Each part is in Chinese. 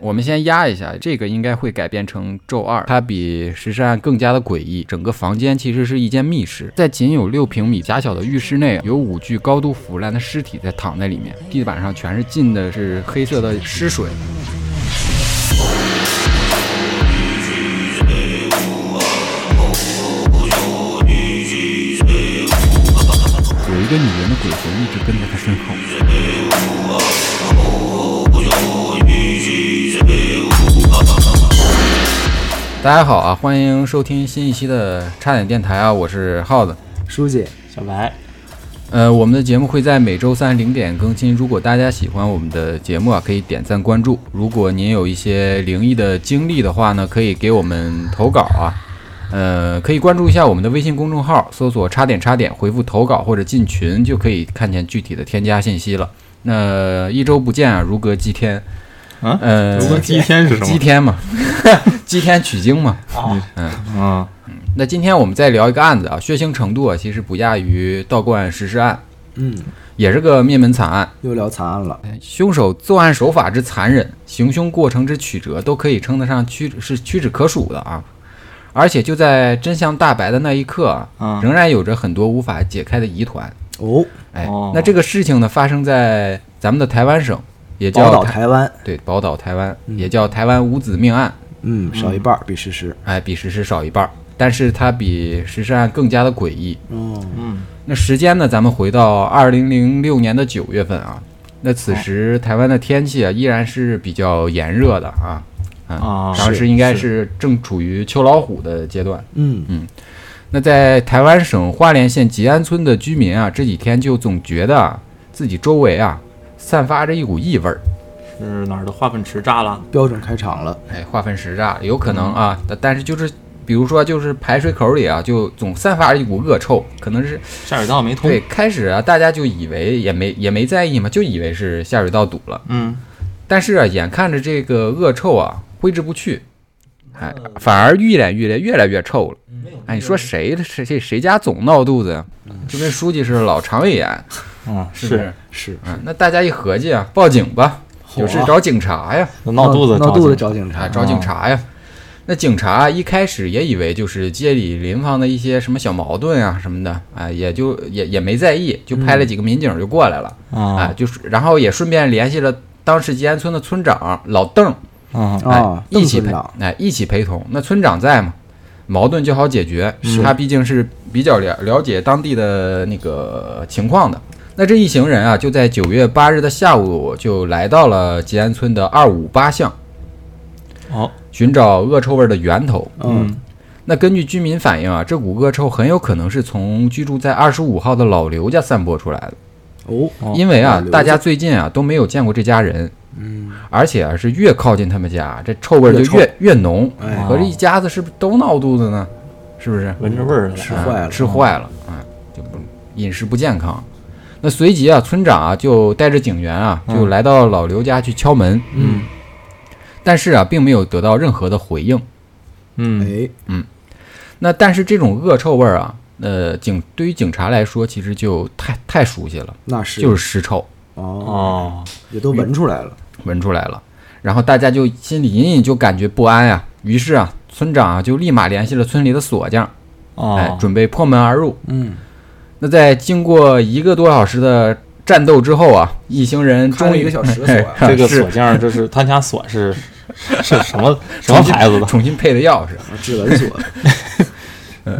我们先压一下，这个应该会改编成咒二，它比食尸案更加的诡异。整个房间其实是一间密室，在仅有六平米狭小的浴室内，有五具高度腐烂的尸体在躺在里面，地板上全是浸的是黑色的尸水。有一个女人的鬼魂一直跟在他身后。大家好啊，欢迎收听新一期的差点电台啊，我是耗子。书记，小白，呃，我们的节目会在每周三零点更新。如果大家喜欢我们的节目啊，可以点赞关注。如果您有一些灵异的经历的话呢，可以给我们投稿啊。呃，可以关注一下我们的微信公众号，搜索“叉点叉点”，回复投稿或者进群，就可以看见具体的添加信息了。那一周不见啊，如隔几天。啊呃，如果第一天是什祭么？天嘛， 祭天取经嘛。嗯啊，那今天我们再聊一个案子啊，血腥程度啊，其实不亚于道观实施案，嗯，也是个灭门惨案。又聊惨案了，凶手作案手法之残忍，行凶过程之曲折，都可以称得上屈是屈指可数的啊。而且就在真相大白的那一刻啊，啊仍然有着很多无法解开的疑团。哦，哎，哦那这个事情呢，发生在咱们的台湾省，也宝叫岛台嗯湾，对宝岛台湾，也叫台湾五子命案。嗯，少一半儿比实施，哎，比实施少一半儿，但是它比实施案更加的诡异。哦，嗯，那时间呢？咱们回到二零零六年的九月份啊。那此时台湾的天气啊，依然是比较炎热的啊。啊当时应该是正处于秋老虎的阶段。嗯那在台湾省花莲县吉安村的居民啊，这几天就总觉得啊自己周围啊散发着一股异味儿。是哪儿的化粪池炸了？标准开场了，哎，化粪池啊，有可能啊，但但是就是比如说就是排水口里啊，就总散发着一股恶臭，可能是下水道没通对，，开始啊，大家就以为也没也没在意嘛，就以为是下水道堵了。嗯，但是啊，眼看着这个恶臭啊挥之不去，哎，反而越来越越来越臭了。哎，你说谁谁谁谁家总闹肚子呀？就跟书记似的，老肠胃炎，嗯，是不是？是嗯，那大家一合计啊，报警吧，有事嚯找警察呀，闹肚子，闹肚子着找警啊，察，找警察呀。那警察一开始也以为就是街里邻坊的一些什么小矛盾啊什么的，啊，也就也也没在意，就派了几个民警就过来了。啊，啊就是然后也顺便联系了当时吉安村的村长老邓，啊哎，啊，一邓起村陪，长，哎，一起陪同。那村长在嘛，矛盾就好解决。他毕竟是比较了了解当地的那个情况的。那这一行人啊，就在九月八日的下午就来到了吉安村的二五八巷，哦，寻找恶臭味的源头。嗯，那根据居民反映啊，这股恶臭很有可能是从居住在二十五号的老刘家散播出来的。哦，哦因为老啊刘，大家家最近啊都没有见过这家人，嗯，而且啊是越靠近他们家，这臭味儿越就臭越越浓，哎合着一家子是不是都闹肚子呢？是不是？闻着味儿了，吃坏了嗯啊吃坏了，啊，就不饮食不健康。那随即啊，村长啊就带着警员啊就来到老刘家去敲门，嗯，但是啊并没有得到任何的回应。嗯，哎，那但是这种恶臭味儿啊，呃，警对于警察来说其实就太太熟悉了，那是就是尸臭。哦，哦，也都闻出来了，闻出来了，然后大家就心里隐隐就感觉不安呀、于是啊，村长啊就立马联系了村里的锁匠，哎哦，，准备破门而入。嗯，那在经过一个多小时的战斗之后啊，一行人开终嗯了一于个小时的锁呀， 这个是锁匠就是他家锁是 是什么什么牌子的？重新配的钥匙。指纹锁，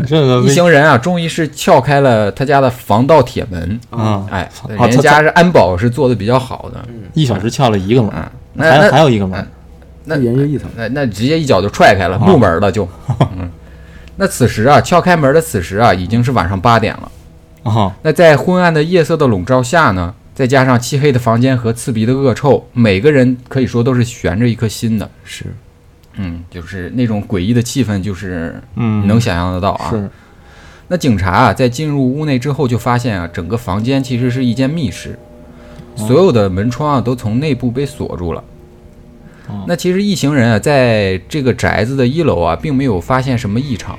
这个一行人啊，终于是撬开了他家的防盗铁门。啊，哎，他人家是安保是做的比较好的，一小时撬了一个门，那嗯还嗯那还有一个门，那一人就一层，那那直接一脚就踹开了哦木门了就。嗯，那此时啊，撬开门的此时啊，已经是晚上八点了。啊，那在昏暗的夜色的笼罩下呢，再加上漆黑的房间和刺鼻的恶臭，每个人可以说都是悬着一颗心的。是，嗯，就是那种诡异的气氛，就是嗯，你能想象得到啊。是那警察啊，在进入屋内之后，就发现啊，整个房间其实是一间密室，哦所有的门窗啊都从内部被锁住了。哦那其实一行人啊，在这个宅子的一楼啊，并没有发现什么异常。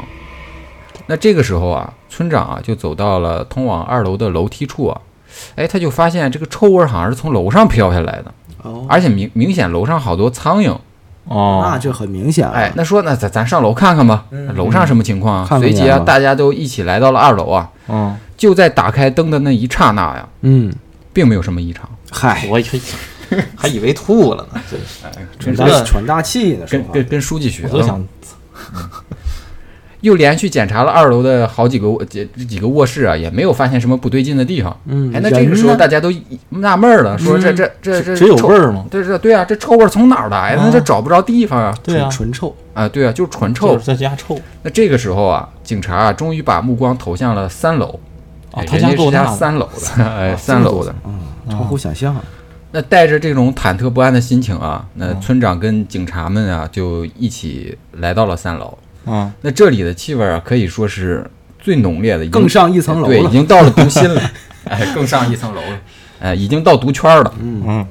那这个时候啊，村长啊就走到了通往二楼的楼梯处啊，哎，他就发现这个臭味儿好像是从楼上飘下来的，哦，啊而且明明显楼上好多苍蝇那哦，就很明显了。哎，那说那咱咱上楼看看吧，嗯那楼上什么情况啊？看看随即啊，见了大家都一起来到了二楼啊。嗯，就在打开灯的那一刹那呀，嗯，并没有什么异常，嗨，我以为 还以为吐了呢，真是，喘真大是喘大气呢，说跟话跟跟书记学我都了。想，又连续检查了二楼的好几个卧几几个卧室啊，也没有发现什么不对劲的地方。嗯哎，那这个时人候呢大家都一纳闷儿了，说这这这这嗯只只有臭味儿吗？对这对啊，这臭味儿从哪儿来的？啊那这找不着地方啊！对啊，纯纯臭，啊，对啊，就是纯就臭是。在家臭那这个时候啊，警察啊，终于把目光投向了三楼。啊哎，他人家够是家大的，三楼的，哎，啊三楼的。嗯，超乎想象。那带着这种忐忑不安的心情啊，那哦嗯村长跟警察们啊，就一起来到了三楼。嗯，那这里的气味啊，可以说是最浓烈的，已经更上一层楼对，已了。经到了 读心了，哎，更上一层楼了，哎，已经到毒圈了。嗯，嗯，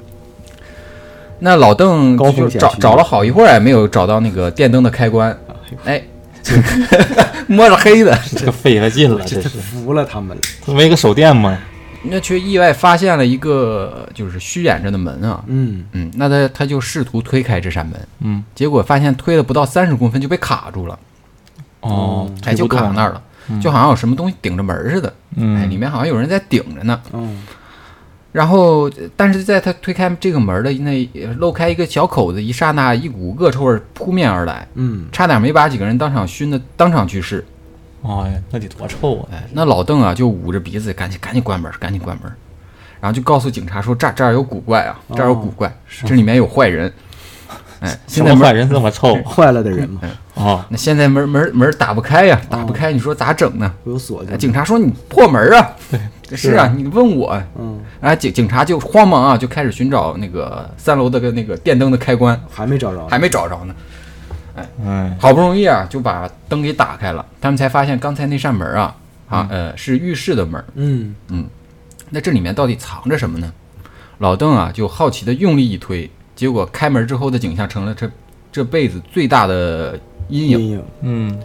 那老邓高就风险找区域找了好一会儿，也没有找到那个电灯的开关，哎， 摸着黑的，这个费了劲了，这是服了他们了。他没个手电吗？那却意外发现了一个就是虚掩着的门啊，嗯，嗯，那他他就试图推开这扇门，嗯，结果发现推了不到三十公分就被卡住了，哦，哎，就卡那儿了，就好像有什么东西顶着门似的，哎，里嗯，面好像有人在顶着呢。嗯，然后，呃但是在他推开这个门的那呃漏开一个小口子一刹那，一股恶臭味扑面而来，嗯，差点没把几个人当场熏的当场去世。哎呀，那得多臭 啊！哎，那老邓啊就捂着鼻子，赶紧赶紧关门，赶紧关门，然后就告诉警察说这儿这儿有古怪啊，这儿有古怪，这里面有坏人。哎，什现在么门坏人这么臭坏了的人嗯嘛，啊？那现在门门门打不开呀、打不开，你说咋整呢？不有锁哎就。警察说你破门啊，对，是是啊，你问我，嗯，哎，警警察就慌忙啊，就开始寻找那个三楼的个那个电灯的开关，还没找着。还没找着呢。嗯，好不容易啊，就把灯给打开了，他们才发现刚才那扇门啊，啊呃是浴室的门。嗯，那这里面到底藏着什么呢？老邓啊就好奇的用力一推，结果开门之后的景象成了这这辈子最大的阴影，阴影。嗯，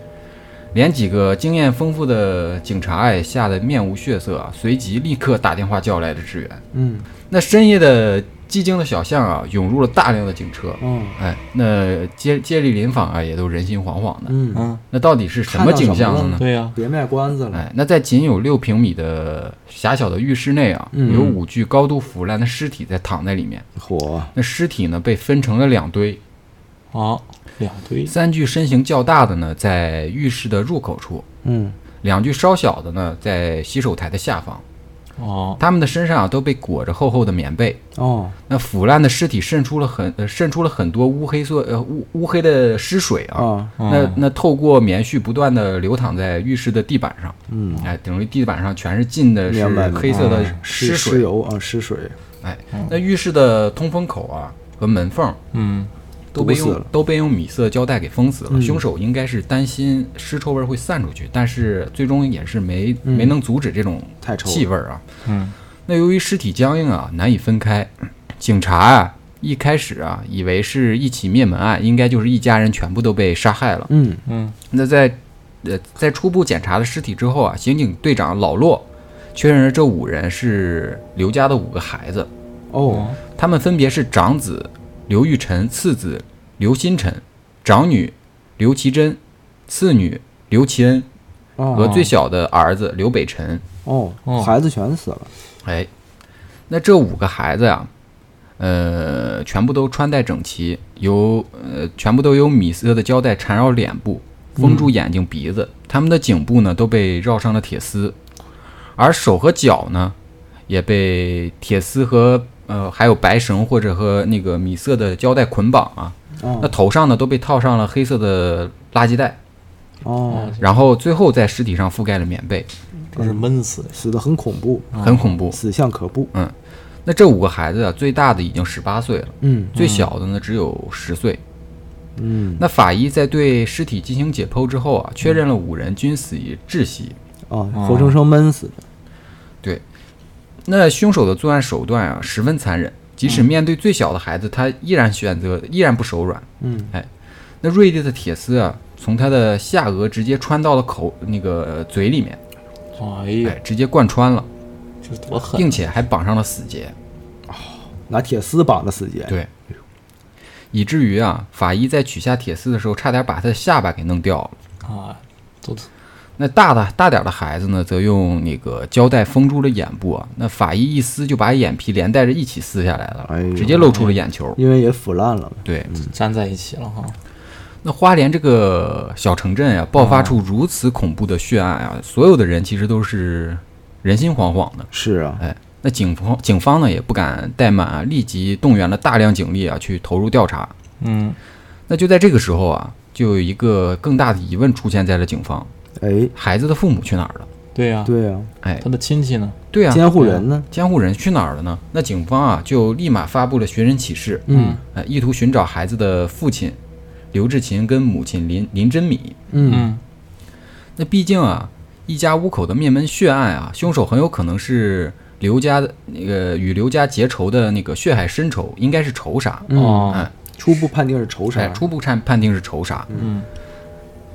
连几个经验丰富的警察也吓得面无血色啊，随即立刻打电话叫来了支援。嗯，那深夜的寂静的小巷啊，涌入了大量的警车。哦，哎，那街街里邻坊啊，也都人心惶惶的。嗯，嗯，那到底是什么景象呢？对呀，别卖关子了。哎，那在仅有六平米的狭小的浴室内啊，嗯有五具高度腐烂的尸体在躺在里面。火，那尸体呢被分成了两堆，啊，两堆，三具身形较大的呢在浴室的入口处，嗯，两具稍小的呢在洗手台的下方。哦，他们的身上啊都被裹着厚厚的棉被。哦，那腐烂的尸体渗出了很呃渗出了很多乌黑色呃乌乌黑的尸水啊。啊，那那透过棉絮不断的流淌在浴室的地板上，嗯，哎，等于地板上全是浸的是明白了嗯黑色的是湿石水。油啊，湿水。哎，那浴室的通风口啊和门缝嗯，都被堵死用了都被用米色胶带给封死了。嗯凶手应该是担心尸臭味儿会散出去，但是最终也是没没能阻止这种太嗯臭了气味儿啊。嗯，那由于尸体僵硬啊，难以分开，警察啊一开始啊以为是一起灭门案，应该就是一家人全部都被杀害了。嗯，嗯，那在呃在初步检查了尸体之后啊，刑警队长老骆确认了这五人是刘家的五个孩子，哦，他们分别是长子刘玉臣、次子刘新臣、长女刘其珍、次女刘其恩和哦，最小的儿子刘北辰。哦，哦孩子全死了。哎，那这五个孩子呀、呃，全部都穿戴整齐，由呃全部都有米色的胶带缠绕脸部，封住眼睛、鼻子。他们的颈部呢都被绕上了铁丝，而手和脚呢也被铁丝和呃还有白绳或者和那个米色的胶带捆绑啊。那哦，头上呢都被套上了黑色的垃圾袋，嗯哦，然后最后在尸体上覆盖了棉被，这是闷死的，死的很恐怖，很恐怖。死相可怖。那这五个孩子啊，最大的已经十八岁了。嗯最小的呢只有十岁。嗯，那法医在对尸体进行解剖之后啊，确认了五人均死于窒息。哦，活生生闷死的。对，那凶手的作案手段啊十分残忍，即使面对最小的孩子，他依然选择依然不手软。哎嗯，那锐利的铁丝啊，从他的下颚直接穿到了口那个嘴里面，哎哎呀，，直接贯穿了，这多狠！啊并且还绑上了死结。哎拿铁丝绑的死结。对，以至于啊，法医在取下铁丝的时候，差点把他的下巴给弄掉了。啊，都那大的大点儿的孩子呢，则用那个胶带封住了眼部啊。那法医一撕，就把眼皮连带着一起撕下来了，哎呦嗯直接露出了眼球。因为也腐烂了嘛。对，粘在一起了哈。那花莲这个小城镇呀、爆发出如此恐怖的血案啊，所有的人其实都是人心惶惶的。哎是啊，那警方警方呢也不敢怠慢啊，立即动员了大量警力啊去投入调查。嗯，那就在这个时候啊，就有一个更大的疑问出现在了警方：哎，孩子的父母去哪儿了？对呀、对啊，哎，他的亲戚呢？对啊，监护人呢？监护人去哪儿了呢？那警方啊就立马发布了寻人启事，嗯呃，意图寻找孩子的父亲刘志勤跟母亲林林珍米。嗯，嗯，那毕竟啊，一家五口的灭门血案啊，凶手很有可能是刘家的那个与刘家结仇的那个血海深仇，应该是仇杀。嗯哦哎，初步判定是仇杀哎，，初步判判定是仇杀，嗯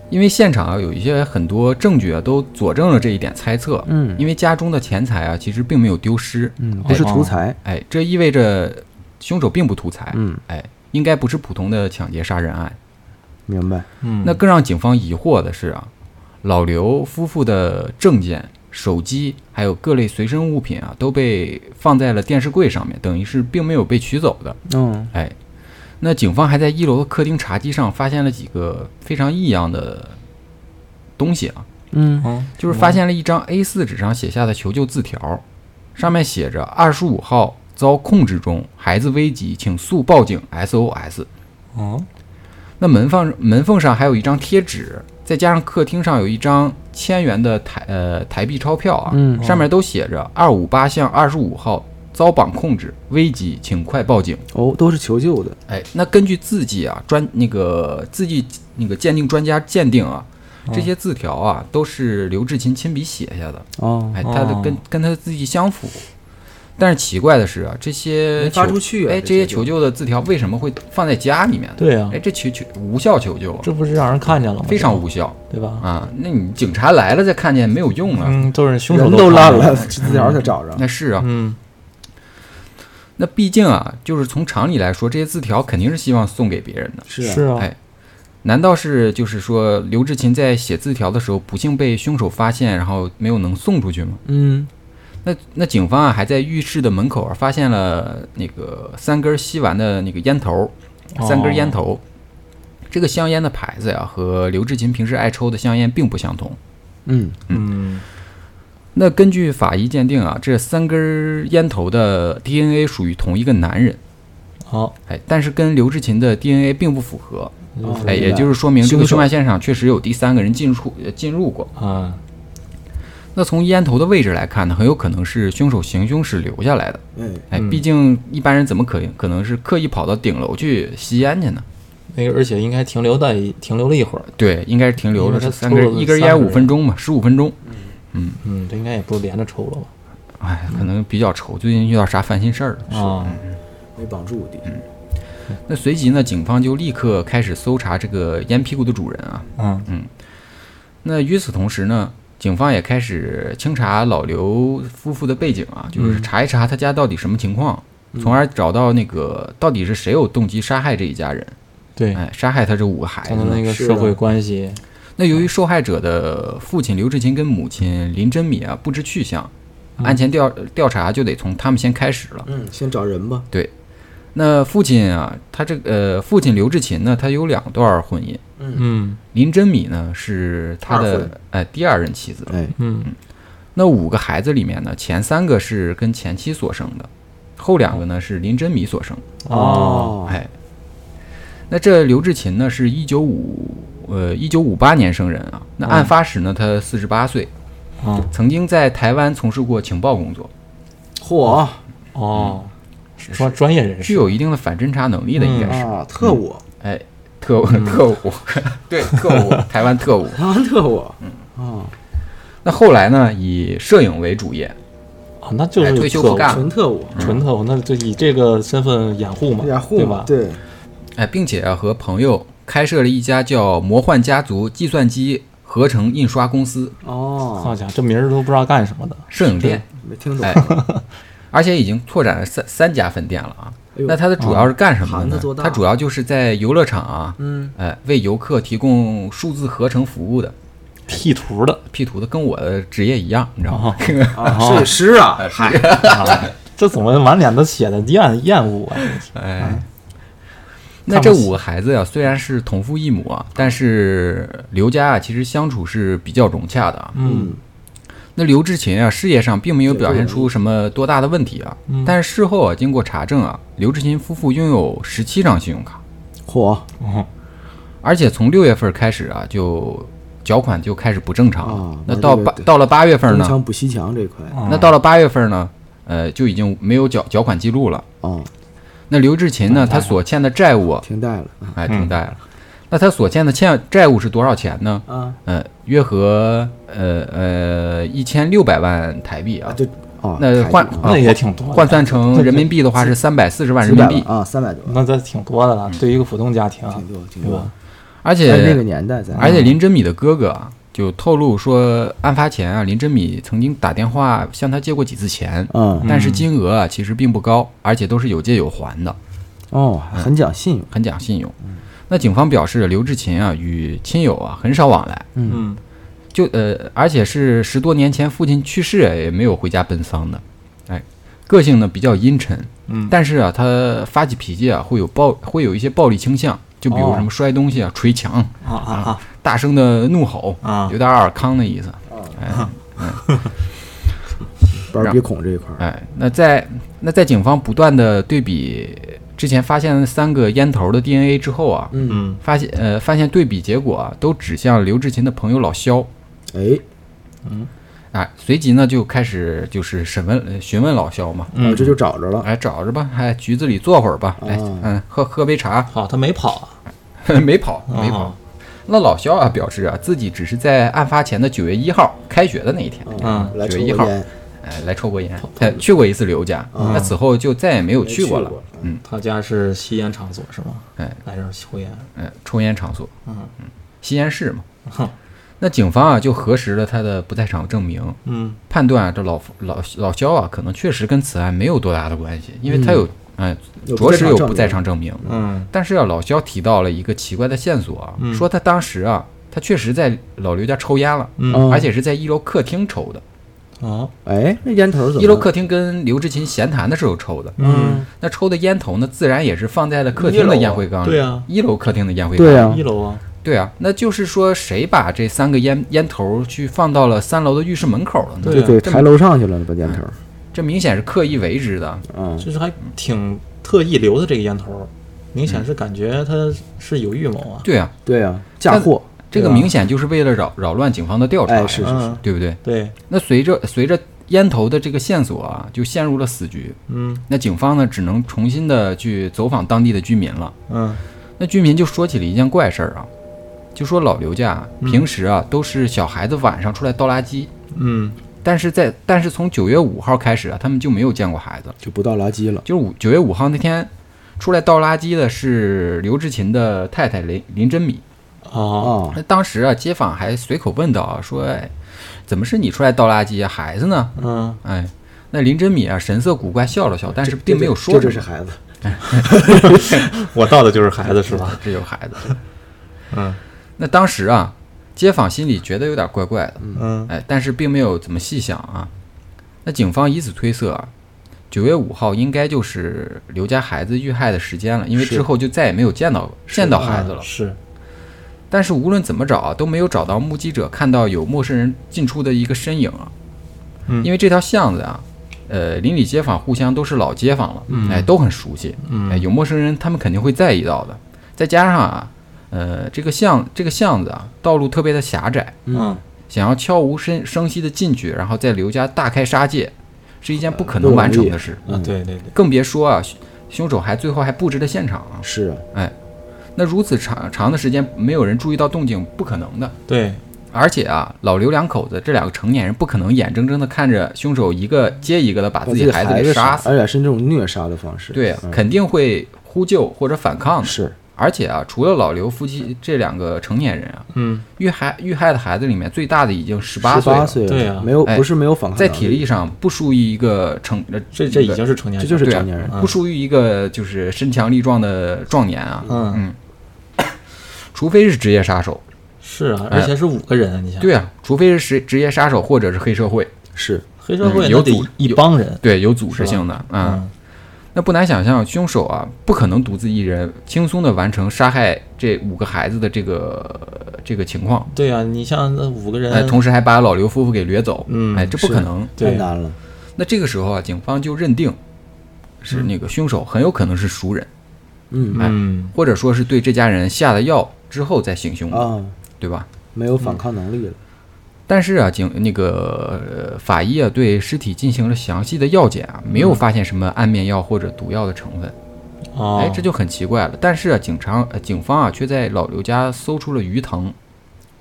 因为现场啊有一些很多证据啊都佐证了这一点猜测。嗯因为家中的钱财啊其实并没有丢失，嗯，不是哦图财，哎，这意味着凶手并不图财，嗯，哎，应该不是普通的抢劫杀人案。明白，嗯，那更让警方疑惑的是啊，老刘夫妇的证件、手机还有各类随身物品啊，都被放在了电视柜上面，等于是并没有被取走的。嗯，哎，那警方还在一楼的客厅茶几上发现了几个非常异样的东西啊，嗯，嗯，就是发现了一张 A4 纸上写下的求救字条，上面写着二十五号遭控制中，孩子危急，请速报警 SOS。嗯，那门缝门缝上还有一张贴纸，再加上客厅上有一张千元的台呃台币钞票啊，嗯上面都写着二五八巷二十五号遭绑控制，危急，请快报警。哦，都是求救的，哎，那根据字迹啊专那个字迹那个鉴定专家鉴定啊，这些字条啊都是刘志勤亲笔写下的，哦，哎，他的跟、哦跟他的字迹相符。但是奇怪的是啊，这些没发求出去啊哎，这这些些求就救的字条为什么会放在家里面呢？对呀、哎，这求求无效求救啊，这不是让人看见了吗？非常无效对嗯吧？啊！那你警察来了再看见没有用啊。嗯，都是凶手人都烂看见了， 字条才找着，那是啊，嗯，那毕竟啊，就是从常理来说，这些字条肯定是希望送给别人的。是啊是，啊，哎难道是就是说刘志勤在写字条的时候不幸被凶手发现，然后没有能送出去吗？嗯，那那警方啊还在浴室的门口啊发现了那个三根吸完的那个烟头，哦三根烟头。这个香烟的牌子呀、和刘志勤平时爱抽的香烟并不相同。嗯，嗯，那根据法医鉴定啊，这三根儿烟头的 DNA 属于同一个男人，好，哎，但是跟刘志勤的 DNA 并不符合，哦哎，明白也就是说明这凶个手凶案现场确实有第三个人进出呃进入过。啊，那从烟头的位置来看呢，很有可能是凶手行凶时留下来的，哎，哎，嗯毕竟一般人怎么可可能是刻意跑到顶楼去吸烟去呢？那个而且应该停留在停留了一会儿，对，应该是停留了因为他这三根抽了一根三烟根五分钟嘛，十五分钟，嗯，这应该也不是连着抽了吧？哎，嗯可能比较愁，最近遇到啥烦心事儿了。啊，没绑住的，那随即呢，警方就立刻开始搜查这个烟屁股的主人啊。嗯那与此同时呢，警方也开始清查老刘夫妇的背景啊，就是嗯查一查他家到底什么情况，从而找到那个到底是谁有动机杀害这一家人，对，哎，杀害他这五个孩他子的呢。那个是社的会关系，那由于受害者的父亲刘志勤跟母亲林珍米啊不知去向，案前调调查就得从他们先开始了。嗯，先找人吧，那父亲啊，他这个呃，父亲刘志勤呢，他有两段婚姻，嗯林珍米呢是他二的婚哎第二任妻子，哎，嗯，那五个孩子里面呢，前三个是跟前妻所生的，后两个呢是林珍米所生。哦，哎，那这刘志勤呢，是一九五呃一九五八年生人啊。嗯那案发时呢，他四十八岁，啊曾经在台湾从事过情报工作，嚯哦，专专业嗯人具士，有一定的反侦查能力的，应该是。啊，特务，哎，特务嗯 特务，对特务， 台湾特务。台湾特务，啊，那后来呢，以摄影为主业，啊，那就是哎退休不特务干了纯特务，纯特务，那就以这个身份掩护嘛，掩护对嘛吧，？对，哎，并且啊和朋友开设了一家叫“魔幻家族计算机合成印刷公司”。哦好，家伙，这名儿都不知道干什么的，摄影店，没听懂哎，而且已经拓展了三三家分店了啊。哎呦哦那它的主要是干什么的盘呢子做？大它主要就是在游乐场啊，嗯，哎，为游客提供数字合成服务的 P 图的 P 图的，跟我的职业一样，你知道吗？啊，设计师啊，嗨，啊，这怎么满脸都写的厌厌恶啊？哎，那这五个孩子呀、虽然是同父异母啊，但是刘家啊，其实相处是比较融洽的啊。嗯，那刘志勤啊，事业上并没有表现出什么多大的问题啊，但是事后啊，经过查证啊，刘志勤夫妇拥有十七张信用卡，嚯嗯，而且从六月份开始啊，就缴款就开始不正常了。啊那那到这个八到了八月份东呢，哦墙补西墙这块那到了八月份呢，呃，就已经没有缴缴款记录了。啊，那刘志勤呢，他所欠的债务啊停贷了哎，停贷了。那他所欠的欠债务是多少钱呢？啊呃，约合呃呃一千六百万台币啊，啊，就啊，那换台币啊那也挺多的，换算成人民币的话是三百四十万人民几币嗯百，万啊，三百多，那这挺多的了，对于一个普通家庭，挺多挺对多吧。？而在那个啊且年代在，而且林真米的哥哥啊，就透露说，案发前啊，林真米曾经打电话向他借过几次钱，嗯但是金额啊其实并不高，而且都是有借有还的，哦，很讲信用，很讲信用。嗯那警方表示，刘志勤啊与亲友啊很少往来，嗯，就呃，而且是十多年前父亲去世也没有回家奔丧的，哎，个性呢比较阴沉，嗯但是啊，他发起脾气啊会有暴会有一些暴力倾向，就比如哦什么摔东西啊、捶墙、啊啊大声的怒吼，啊啊有！点阿尔康的意思。包鼻孔这一块儿，哎，那在那在警方不断的对比之前发现的三个烟头的 DNA 之后啊，嗯，嗯，发现呃发现对比结果啊都指向刘志勤的朋友老肖。哎，哎，随即呢就开始就是审问呃询问老肖嘛，啊这就找着了，哎，找着吧，哎，局子里坐会儿吧，来，哦嗯，喝喝杯茶， 好，他没跑啊，没跑，没跑。啊那老肖啊表示啊，自己只是在案发前的九月一号开学的那一天，啊嗯来抽九月一根号烟，哎，来抽过烟，哎，去过一次刘家，那此后就再也啊没有去过没了去过，嗯，他家是吸烟场所是吗？哎，来这儿抽烟，哎，抽烟场所，嗯吸烟室嘛。哼 那警方啊就核实了他的不在场证明，嗯判断啊这老老老肖啊可能确实跟此案没有多大的关系，因为他有哎嗯有不着在实场有证不在明场证明，嗯但是啊，老肖提到了一个奇怪的线索啊，嗯说他当时啊，他确实在老刘家抽烟了，嗯而且是在一楼客厅抽的。啊哎，那烟头怎么一楼客厅跟刘志勤闲谈的时候抽的，嗯，那抽的烟头呢，自然也是放在了客厅的烟灰缸里。对啊一楼客厅的烟灰缸。对啊一，楼啊，对啊，那就是说谁把这三个烟烟头去放到了三楼的浴室门口了呢？就对啊给抬楼上去了，把烟头，这明显是刻意为之的。啊，就是还挺特意留的这个烟头，明显是感觉他是有预谋啊。对啊，对啊，嫁祸，这个对吧啊明显就是为了扰扰乱警方的调查呀，哎是嗯，对不对？对，那随着随着烟头的这个线索啊，就陷入了死局。嗯那警方呢，只能重新的去走访当地的居民了。嗯那居民就说起了一件怪事儿啊，就说老刘家啊嗯平时啊都是小孩子晚上出来倒垃圾，嗯但是在但是从九月五号开始啊，他们就没有见过孩子了。就不倒垃圾了，就是五九月五号那天出来倒垃圾的是刘志勤的太太林林珍米。哦啊，那当时啊，街坊还随口问到啊，说哎，怎么是你出来倒垃圾啊？孩子呢？嗯哎，那林真米啊，神色古怪笑了笑，但是并没有说这这什么。是孩子，我到的就是 孩子是吧？ 这就是孩子。嗯那当时啊，街坊心里觉得有点怪怪的，嗯哎，但是并没有怎么细想啊。那警方以此推测啊，九月五号应该就是刘家孩子遇害的时间了，因为是之后就再也没有见到见到孩子啊了。是但是无论怎么找啊都没有找到目击者看到有陌生人进出的一个身影啊。嗯因为这条巷子啊，呃，邻里街坊互相都是老街坊了，嗯哎，都很熟悉，哎，有陌生人他们肯定会在意到的。再加上啊，呃，这个巷这个巷子啊，道路特别的狭窄，嗯想要悄无声声息的进去，然后在刘家大开杀戒，是一件不可不能容完成易的事，啊对对对，更别说啊，凶凶手还最后还布置了现场啊。是啊，那如此长长的时间，没有人注意到动静，不可能的。对而且啊，老刘两口子这两个成年人不可能眼睁睁地看着凶手一个接一个的把把自自己己孩孩子给杀死，而且是那种虐杀的方式，对啊，嗯肯定会呼救或者反抗的。是，而且啊，除了老刘夫妻这两个成年人啊，嗯，遇害遇害的孩子里面，最大的已经十八十岁了八，岁了，对啊没有哎不是没有反抗在能体力上不输于一个成，呃这这一已个经是成年这人，嗯就是对啊成年人，不输于一个就是身强力壮的壮年啊，嗯， 除非是职业杀手，是啊，哎而且是五个人啊，你想，对啊，除非是职职业杀手或者是黑社会，是黑社会嗯有那得组一帮人，对，有组织性的啊、嗯，那不难想象，凶手啊不可能独自一人轻松的完成杀害这五个孩子的这个这个情况，对啊，你像那五个哎，人，同时还把老刘夫妇给掠走，嗯哎，这不是可能。太对，难了，那这个时候啊，警方就认定是那个凶手很有可能是熟人，嗯嗯，或者说是对这家人下了药之后再行凶的，啊，对吧？没有反抗能力了，但是啊，警那个呃法医啊对尸体进行了详细的药检啊，没有发现什么安眠药或者毒药的成分，啊哦，哎，这就很奇怪了。但是啊，警察呃警方啊却在老刘家搜出了鱼藤，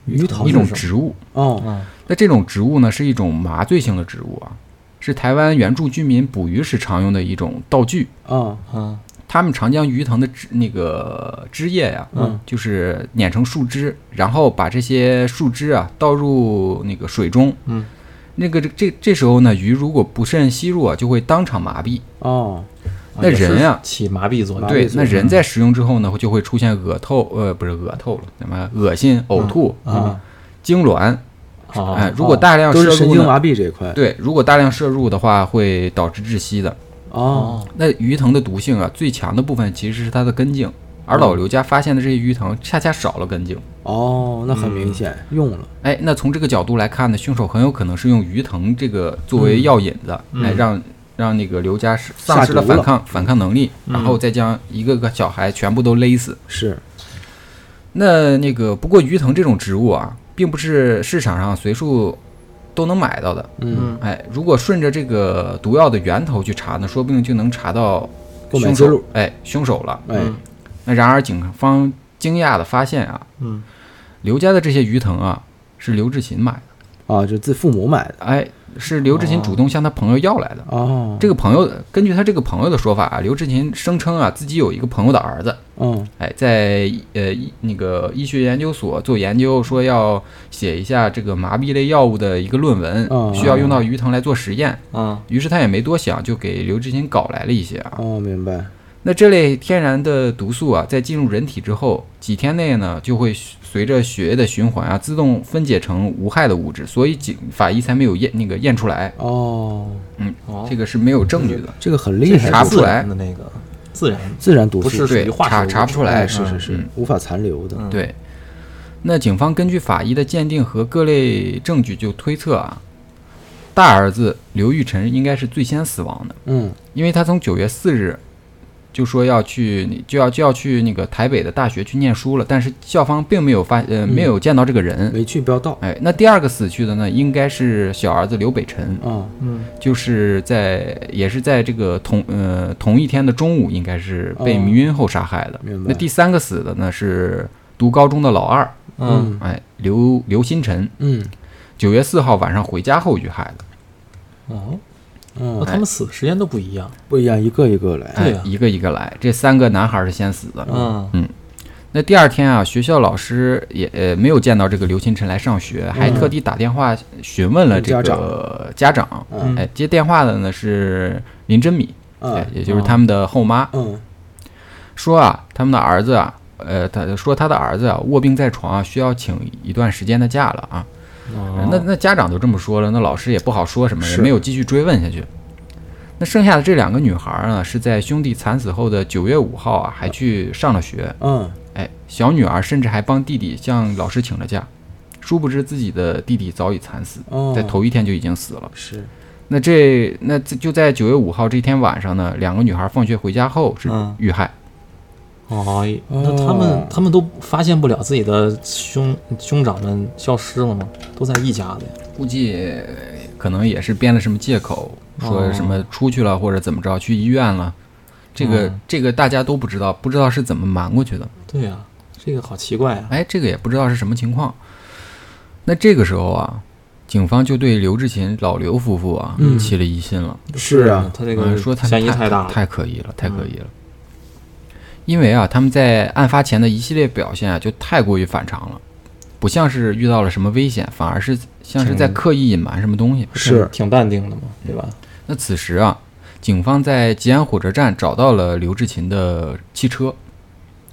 鱼头一种是什植物。啊么哦，嗯，那这种植物呢是一种麻醉性的植物啊，是台湾原住居民捕鱼时常用的一种道具。啊，嗯他们常将鱼藤的枝那个枝叶呀、嗯就是碾成树枝，然后把这些树枝啊倒入那个水中，嗯，那个这这这时候呢，鱼如果不慎吸入啊，就会当场麻痹。哦，那人啊也是起麻痹作用，麻痹对，作那用人在食用之后呢，就会出现恶透，呃，不是恶透了，什么恶心、呕吐、嗯啊痉挛，啊哎，如果大量都摄是神入经呢，麻痹这一块，对，如果大量摄入的话，会导致窒息的。哦，那鱼藤的毒性啊，最强的部分其实是它的根茎，而嗯老刘家发现的这些鱼藤恰恰少了根茎。哦，那很明显、嗯用了，哎，那从这个角度来看呢，凶手很有可能是用鱼藤这个作为药引子，嗯来让让那个刘家是丧失了下毒了反抗反抗能力，嗯然后再将一个个小孩全部都勒死。是那那个不过鱼藤这种植物啊，并不是市场上随处都能买到的。嗯，嗯哎，如果顺着这个毒药的源头去查呢，说不定就能查到购买凶记录手，哎，凶手了。哎，嗯那然而警方惊讶地发现啊，嗯刘家的这些鱼藤啊是刘志勤买的，啊，这自父母买的，哎，是刘志勤主动向他朋友要来的。哦，这个朋友根据他这个朋友的说法啊，刘志勤声称啊自己有一个朋友的儿子，嗯，哎，在呃医那个医学研究所做研究，说要写一下这个麻痹类药物的一个论哦文，需要用到鱼藤来做实验。啊于是他也没多想，就给刘志勤搞来了一些啊。哦，明白，那这类天然的毒素啊，在进入人体之后，几天内呢，就会随着血液的循环啊，自动分解成无害的物质，所以警法医才没有验那个验出来，哦，哦这，个是没有证据的，这个很厉害，查这个不出自来然的那个自然，自然毒素不是属对于，化查学物质查不出来，哎是是是、嗯无法残留的，嗯对。那警方根据法医的鉴定和各类证据，就推测啊，大儿子刘玉晨应该是最先死亡的，嗯，因为他从九月四日就说要去，就要就要去那个台北的大学去念书了，但是校方并没有发嗯呃没有见到这个人。嗯没去标到，哎，那第二个死去的呢，应该是小儿子刘北辰，啊，嗯就是在也是在这个同呃同一天的中午，应该是被哦迷晕后杀害的。明白那第三个死的呢是读高中的老二，嗯哎，刘刘新辰，嗯，九月四号晚上回家后遇害的。哦，那嗯，他们死的时间都不一样，不一样，一个一个来，哎对啊，一个一个来，这三个男孩是先死的。嗯那第二天啊，学校老师也呃没有见到这个刘清晨来上学，还特地打电话询问了这家长个家长。嗯嗯哎，接电话的呢是林珍米，哎啊，，也就是他们的后妈，嗯，说啊，他们的儿子啊，呃，他说他的儿子啊卧病在床啊，需要请一段时间的假了啊。哦那那家长都这么说了，那老师也不好说什么，也是没有继续追问下去。那剩下的这两个女孩儿呢，是在兄弟惨死后的九月五号啊，还去上了学。嗯，哎，小女儿甚至还帮弟弟向老师请了假，殊不知自己的弟弟早已惨死，哦，在头一天就已经死了。是，那这那这就在九月五号这天晚上呢，两个女孩放学回家后是嗯遇害。哦，那他们他们都发现不了自己的兄兄长们消失了吗？都在一家的呀，估计可能也是编了什么借口，说什么出去了或者怎么着去医院了。这个、嗯这个大家都不知道，不知道是怎么瞒过去的。对呀，这个好奇怪啊，哎，这个也不知道是什么情况。那这个时候啊，警方就对刘志勤老刘夫妇啊、嗯起了疑心了。是啊他这嗯个说他嫌疑太太大了，嗯太可疑了，太可疑了。因为啊，他们在案发前的一系列表现啊，就太过于反常了，不像是遇到了什么危险，反而是像是在挺刻意隐瞒什么东西。是挺挺淡定的嘛，对吧？那此时啊，警方在吉安火车站找到了刘志勤的汽车，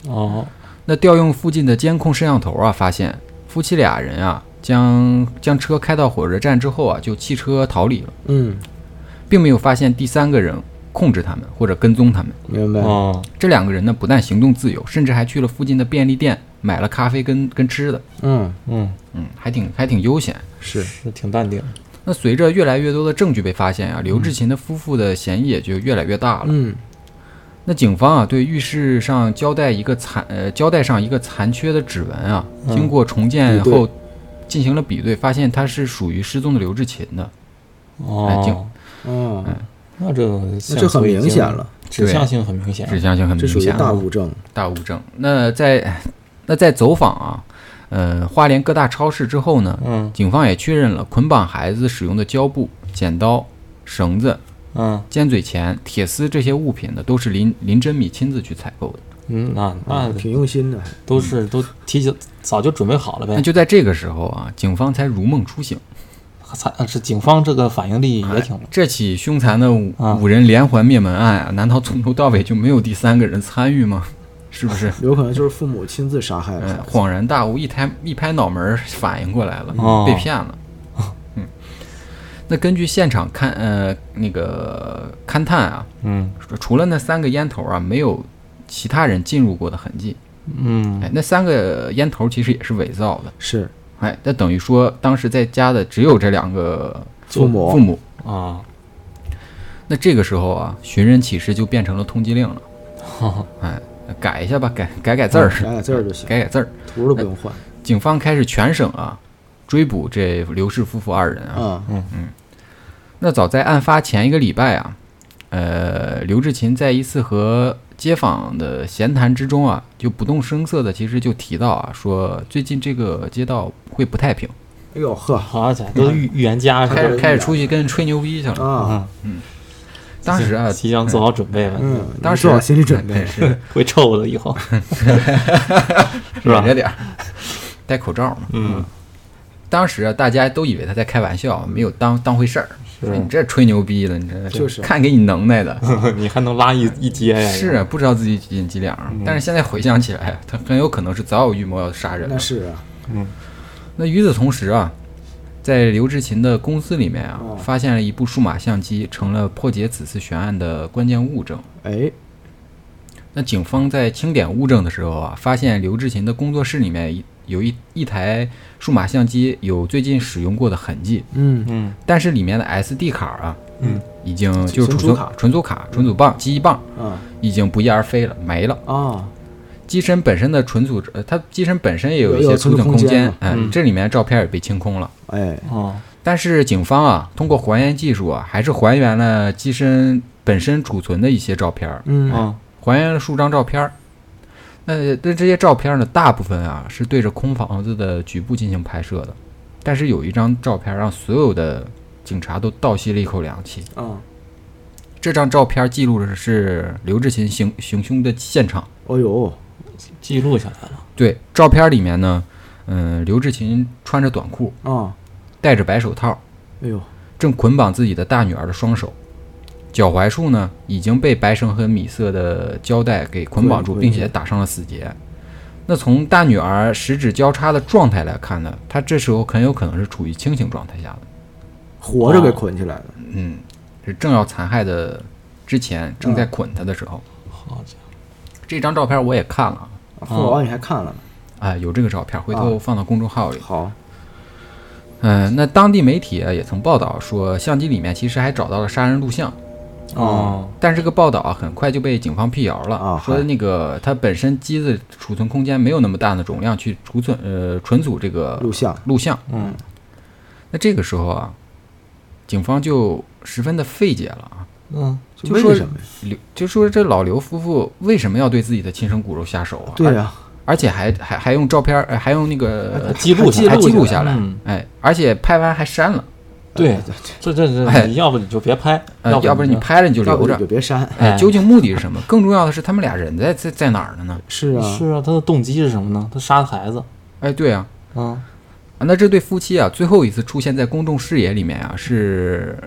哦，那调用附近的监控摄像头啊，发现夫妻俩人啊，将将车开到火车站之后啊，就弃车逃离了，嗯，并没有发现第三个人控制他们或者跟踪他们。明白。哦，这两个人呢，不但行动自由，甚至还去了附近的便利店买了咖啡跟跟吃的，嗯，嗯，嗯，还挺还挺悠闲。是是挺淡定的。那随着越来越多的证据被发现啊，刘志勤的夫妇的嫌疑也就越来越大了。嗯，那警方啊，对浴室上胶带一个残呃胶带上一个残缺的指纹啊，嗯经过重建比对后进行了比对，发现它是属于失踪的刘志勤的。哎哦挺，哦，那这个那这很明显，了，指向性很明显指。向性很这明属于显啊，大物证。大物证。那在那在走访啊，呃，花莲各大超市之后呢，嗯警方也确认了捆绑孩子使用的胶布、剪刀、绳子、嗯尖嘴钳、铁丝这些物品呢，都是林林真米亲自去采购的。嗯，那那啊挺用心的，都是都提前早就准备好了那呗。就在这个时候啊，警方才如梦初醒。才呃是警方这个反应力哎也挺这起凶残的五啊五人连环灭门案啊，难道从头到尾就没有第三个人参与吗？是不是？有可能就是父母亲自杀害嗯、了。恍然大悟，一拍一拍脑门儿反应过来了，哦被骗了。嗯，那根据现场勘呃那个勘探啊，嗯除了那三个烟头啊，没有其他人进入过的痕迹。嗯哎，那三个烟头其实也是伪造的。是哎，那等于说当时在家的只有这两个父父母，母。啊，那这个时候啊，寻人启事就变成了通缉令了。哎，改一下吧，改改改字儿，啊嗯改哎改字儿就行，改改字儿。图都不用换。警方开始全省啊追捕这刘氏夫妇二人嗯啊。啊，那早在案发前一个礼拜啊，呃，刘志勤在一次和街坊的闲谈之中啊，就不动声色的，其实就提到啊，说最近这个街道会不太平，哎呦呵，好家伙，都预预言家是嗯开吧？始开始出去跟人吹牛逼去了。啊，当时啊，提前做好准备了，嗯，当时你做好心理准备。是会臭的以 后， 是吧忍着？点儿，戴口罩嘛。嗯，当时啊，大家都以为他在开玩笑，没有当当回事儿。说你是这吹牛逼的，你这就是看给你能耐的。你还能拉一一接呀？是啊，不知道自己几斤几两儿。嗯但是现在回想起来，他很有可能是早有预谋要杀人那了。是啊，那与此同时啊，在刘志勤的公司里面啊，哦发现了一部数码相机，成了破解此次悬案的关键物证。哎，那警方在清点物证的时候啊，发现刘志勤的工作室里面有一一台数码相机有最近使用过的痕迹，嗯，嗯但是里面的 SD 卡啊，嗯，已经就是存储储存卡存储卡、存储棒、记忆棒啊已经不翼而飞了，没了。啊，机身本身的存储，呃，它机身本身也有有一些有储存储存空间间嘛，哎，嗯这里面照片也被清空了。哎，哦但是警方啊，通过还原技术啊，还是还原了机身本身储存的一些照片儿，嗯，哦还原了数张照片儿。那那这些照片呢，大部分啊是对着空房子的局部进行拍摄的，但是有一张照片让所有的警察都倒吸了一口凉气。啊，这张照片记录的是刘志勤行行凶的现场。哦呦，记录下来了，对，照片里面呢，嗯，刘志勤穿着短裤，啊，戴着白手套，哎呦，正捆绑自己的大女儿的双手，脚踝处呢已经被白绳和米色的胶带给捆绑住，捆并且打上了死结。那从大女儿十指交叉的状态来看呢，她这时候很有可能是处于清醒状态下的，活着给捆起来了，嗯，是正要残害的之前，正在捆她的时候。好家伙，这这张照片我也看了啊。嚯，哦你还看了呢？啊，有这个照片，回头放到公众号里。好，嗯、那当地媒体啊也曾报道说，相机里面其实还找到了杀人录像，哦但是这个报道啊很快就被警方辟谣了，啊说嗨那个它本身机子储存空间没有那么大的容量去储存呃存储这个录像，录像。嗯那这个时候啊，警方就十分的费解了啊，嗯就为说什么呀？刘就说这老刘夫妇为什么要对自己的亲生骨肉下手啊？对而呀，而且还还还用照片儿，呃还用那个记录下还来记录下来嗯，哎，而且拍完还删了。对哎对这这这，哎你要不你就别拍，呃，要不不然你就，拍了你就对要留不你着就。别删。哎，哎究竟目的是什么？更重要的是，他们俩人在在在哪儿呢呢？是啊，是啊，他的动机是什么呢？他杀孩子，哎，对啊，嗯，啊那这对夫妻啊，最后一次出现在公众视野里面啊，是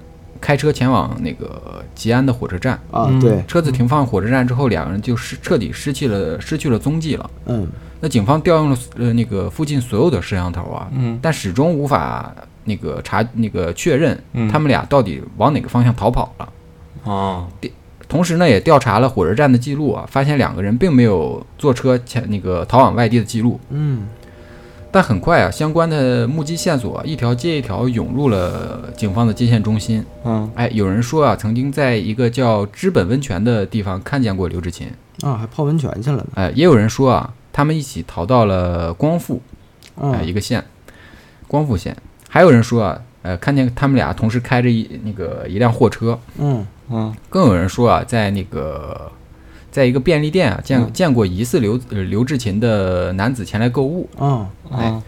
开车前往那个吉安的火车站。啊，嗯对，车子停放火车站之后，两个人就失彻底失去了失去了踪迹了。嗯，那警方调用了呃那个附近所有的摄像头啊，嗯但始终无法那个查那个确认嗯他们俩到底往哪个方向逃跑了。啊，同时呢，也调查了火车站的记录啊，发现两个人并没有坐车前那个逃往外地的记录。嗯，但很快啊，相关的目击线索啊、一条接一条涌入了警方的接线中心。嗯，哎，有人说啊，曾经在一个叫知本温泉的地方看见过刘志勤。啊，还泡温泉去了呢。哎，也有人说啊，他们一起逃到了光复，哎、一嗯，个县，光复县。还有人说啊，呃，看见他们俩同时开着一那个一辆货车。嗯，嗯，更有人说啊，在那个，在一个便利店啊，见、嗯见过疑似刘呃刘志勤的男子前来购物。嗯，嗯，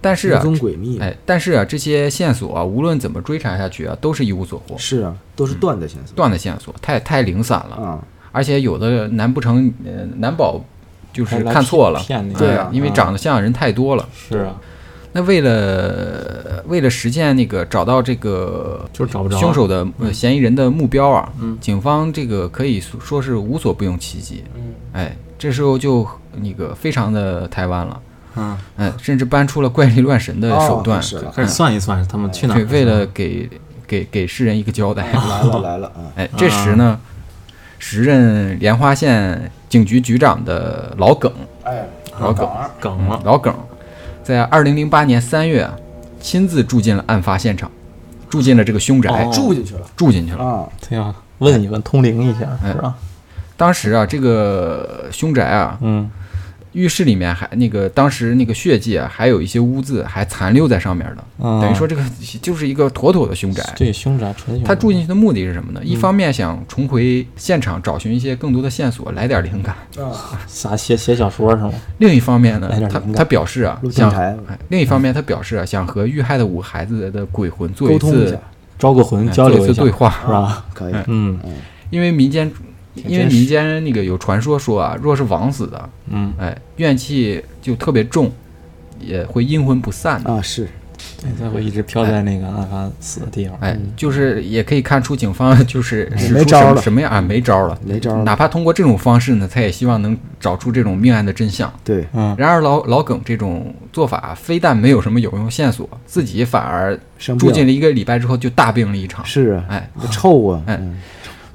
但是无啊，踪诡秘，哎，但是啊，这些线索啊，无论怎么追查下去啊，都是一无所获，是啊，都嗯是断的线索。断的线索太太零散嗯了，啊，而且有的难不成呃难保就是还来看错了，骗骗那个对哎啊因为嗯长得像的人太多了。是啊，那为了为了实现那个找到这个就是找不着啊凶手的、呃嫌疑人的目标啊，嗯警方这个可以说说是无所不用其极。嗯哎，这时候就那个非常的台湾了，嗯，哎，甚至搬出了怪力乱神的手段，哦是了开始算一算他们去哪对，儿了？为了给给给世人一个交代。 来了来了啊，哎，这时呢，时任莲花县警局局长的老耿，哎，老耿儿，梗了，老耿，在二零零八年三月啊，亲自住进了案发现场，住进了这个凶宅，哦住进去了住进去了。啊，对啊，问一问，通灵一下，哎是吧？当时啊，这个凶宅啊，嗯，浴室里面还那个当时那个血迹啊，还有一些污渍还残留在上面的，嗯等于说这个就是一个妥妥的凶宅。对凶宅纯凶宅，他住进去的目的是什么呢？嗯一方面想重回现场找寻一些更多的线索，来点灵感；啊，啥写写小说是吗？另一方面呢来点，他灵感他表示啊录，电想台哎另一方嗯面他表示啊，想和遇害的五孩子的鬼魂做沟通一次下招个魂哎交做流一次一下，对话，是吧？可以，哎嗯因为民间，真因为民间那个有传说说啊，若是枉死的，嗯，哎，怨气就特别重，也会阴魂不散的。啊，是对，他哎会一直飘在那个案发死的地方，哎，就是也可以看出警方 就是嗯哎使没出招什么了什么样啊，没招了，没招了哪怕通过这种方式呢，他也希望能找出这种命案的真相。对，嗯，然而老老耿这种做法非但没有什么有用线嗯索，自己反而生病住进了一个礼拜之后就大病了一场。是啊，哎，臭啊，哎嗯，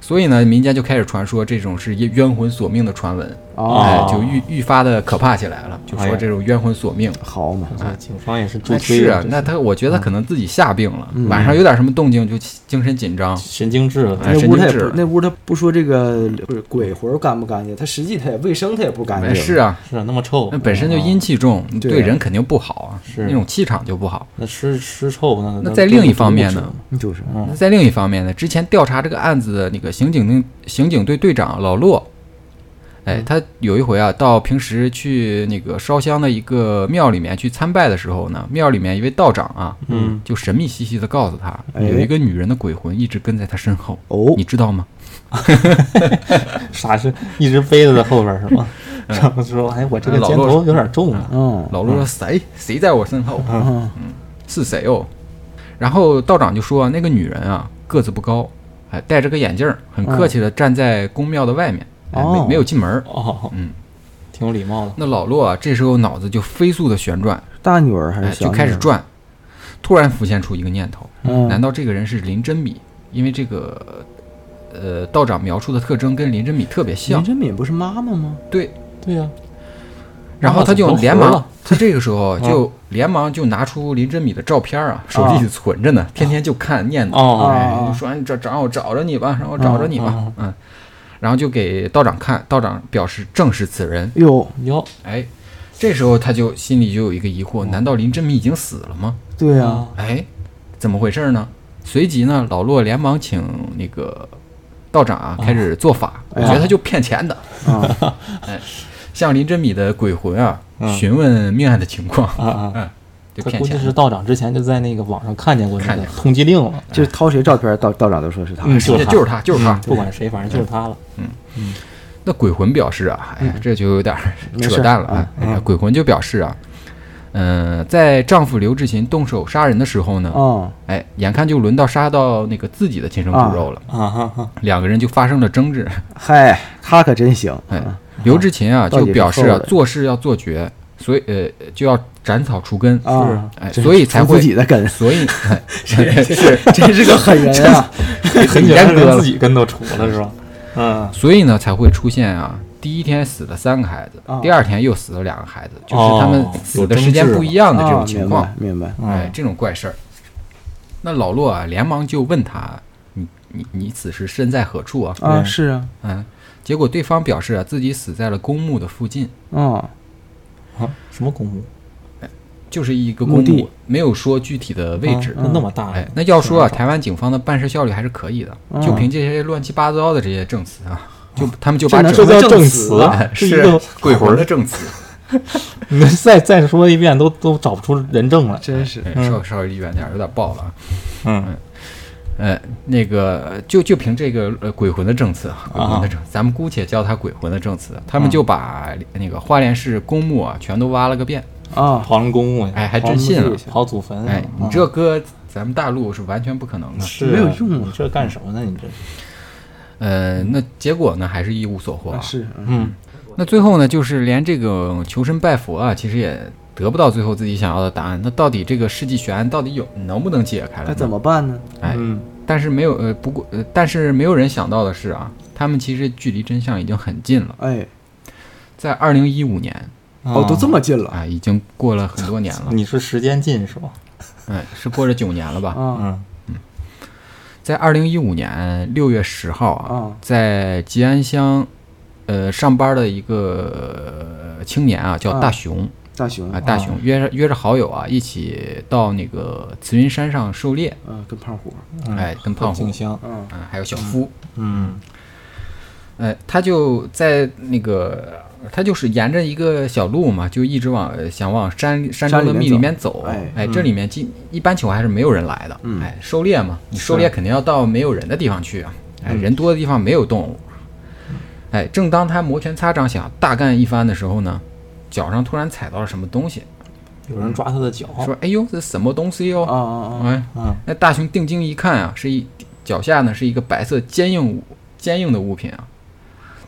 所以呢，民间就开始传说这种是冤魂索命的传闻，哦，哎，就愈愈发的可怕起来了，就哎说呀这种冤魂索命。好嘛，这啊警方也是助哎推是啊啊，，那他我觉嗯得可能自己吓病了，晚上有点什么动静就精神紧张这，神经质了，哎那神屋他经也质不了那屋他不说这个不是鬼魂干不干净，他实际他也卫生他也不干哎净，是啊，是啊，那么臭那，本身就阴气重，对啊对人肯定不好啊，是那种气场就不好。那尸尸臭，那那在另一方面呢？就是那在另一方面呢，之前调查这个案子的那个刑警队刑警队队长老骆，哎，他有一回啊，到平时去那个烧香的一个庙里面去参拜的时候呢，庙里面一位道长啊，嗯，就神秘兮兮的告诉他，哎有一个女人的鬼魂一直跟在他身后，哦你，知道吗？啥是一直背着在后边是吗？然后说，哎，我这个嗯老肩骆头有点重啊，嗯，老骆说谁谁在我身后？嗯是谁哦？然后道长就说那个女人啊个子不高，哎，戴着个眼镜儿，很客气的站在宫庙的外面，哎，嗯哦没没有进门儿。哦，嗯，挺有礼貌的，那老骆啊，这时候脑子就飞速的旋转，大女儿还哎，是小就女儿开始，转。突然浮现出一个念头，嗯难道这个人是林真米？因为这个，呃，道长描述的特征跟林真米特别林像。真敏不是妈妈吗？对，对呀，然后他那就怎么连活忙了， 嗯他这个时候就连忙就拿出林真米的照片啊，手机里存着呢，天天就看念叨。啊哦哎，就说你找找我找着你吧，让我找着你吧嗯，嗯，然后就给道长看，道长表示正是此人，哟，哟，哎，这时候他就心里就有一个疑惑，难道林真米已经死了吗？对啊，啊，哎，怎么回事呢？随即呢，老骆连忙请那个道长啊开始做法，我觉得他就骗钱的，啊，哎，向林真米的鬼魂啊嗯询问命案的情况，啊啊嗯，就他骗估计钱是的。道长之前就在那个网上看见过那看个见通缉令了，就是掏谁照片，道道长都说是他。哎嗯，就是是他就是他，就是他。不管谁，反正就是他了。那鬼魂表示啊，哎呀，这就有点儿没事扯淡了啊！嗯哎鬼魂就表示啊，嗯、在丈夫刘志勤动手杀人的时候呢，哦，哎，眼看就轮到杀到那个自己的亲生骨肉了，啊哈哈，两个人就发生了争执。嗨，他可真行。嗯哎，刘志勤啊到就底是表示错啊，的做事要做绝，所以呃就要斩草除根， 啊，哎，真所以才从会自，己的 根，所以哎 是真 是个狠人啊！很久干连戈了自己跟都除了是吧？嗯，所以呢才会出现啊，第一天死了三个孩子，啊第二天又死了两个孩子，就是哦他们死的时间不一样的这种情况啊，明白，明 白。哎，这种怪事儿。那老骆啊，连忙就问他：“你你你此时身在何处啊啊，对是啊，？”嗯，结果对方表示啊，自己死在了公墓的附近，哦，啊，什么公墓？就是一个墓公地墓，没有说具体的位置啊。那那么大哎呀，，那要说啊，台湾警方的办事效率还是可以的，就嗯凭这些乱七八糟的这些证词啊，就他们就这把能整说个叫证词 词啊，是一是个鬼魂 的证词，你再再说一遍，都都找不出人证来。真是哎嗯稍稍微离远点儿，有点爆了啊。嗯，呃，那个就就凭这个呃鬼魂的证词，鬼魂的证，咱们姑且叫他鬼魂的证词，他们就把那个花莲市公墓啊全都挖了个遍，啊，刨人公墓去，哎，还真信了。刨祖坟。哎，你啊这搁咱们大陆是完全不可能的。是没有啊用啊你这干什么呢？你这呃，那结果呢还是一无所获啊。是，嗯嗯，那最后呢，就是连这个求神拜佛啊，其实也得不到最后自己想要的答案。那到底这个世纪悬案到底有能不能解开了那呢？怎么办呢？哎，嗯但是没有呃，不过呃，但是没有人想到的是啊，他们其实距离真相已经很近了。哎，在二零一五年哦，都这么近了啊，已经过了很多年啊了，你是时间近是吧？哎，是过了九年了吧？啊嗯在二零一五年六月十号啊，啊在吉安乡，呃，上班的一个呃青年啊，叫啊大熊大熊啊，大熊约着约着好友啊，一起到那个慈云山上狩猎，嗯，跟胖虎，嗯哎，跟胖虎静，香，嗯啊，还有小夫，嗯哎，他就在那个。他就是沿着一个小路嘛，就一直往呃想往山山中的山里面密里面走。哎这里面进一般情况下是没有人来的。嗯哎，狩猎嘛，你狩猎肯定要到没有人的地方去啊。哎，嗯人多的地方没有动物。哎，正当他摩拳擦掌想大干一番的时候呢，脚上突然踩到了什么东西，有人抓他的脚，哦说：“哎呦，这什么东西哟啊？”啊啊，哎，嗯那大熊定睛一看啊，是一脚下呢是一个白色坚硬物坚硬的物品啊，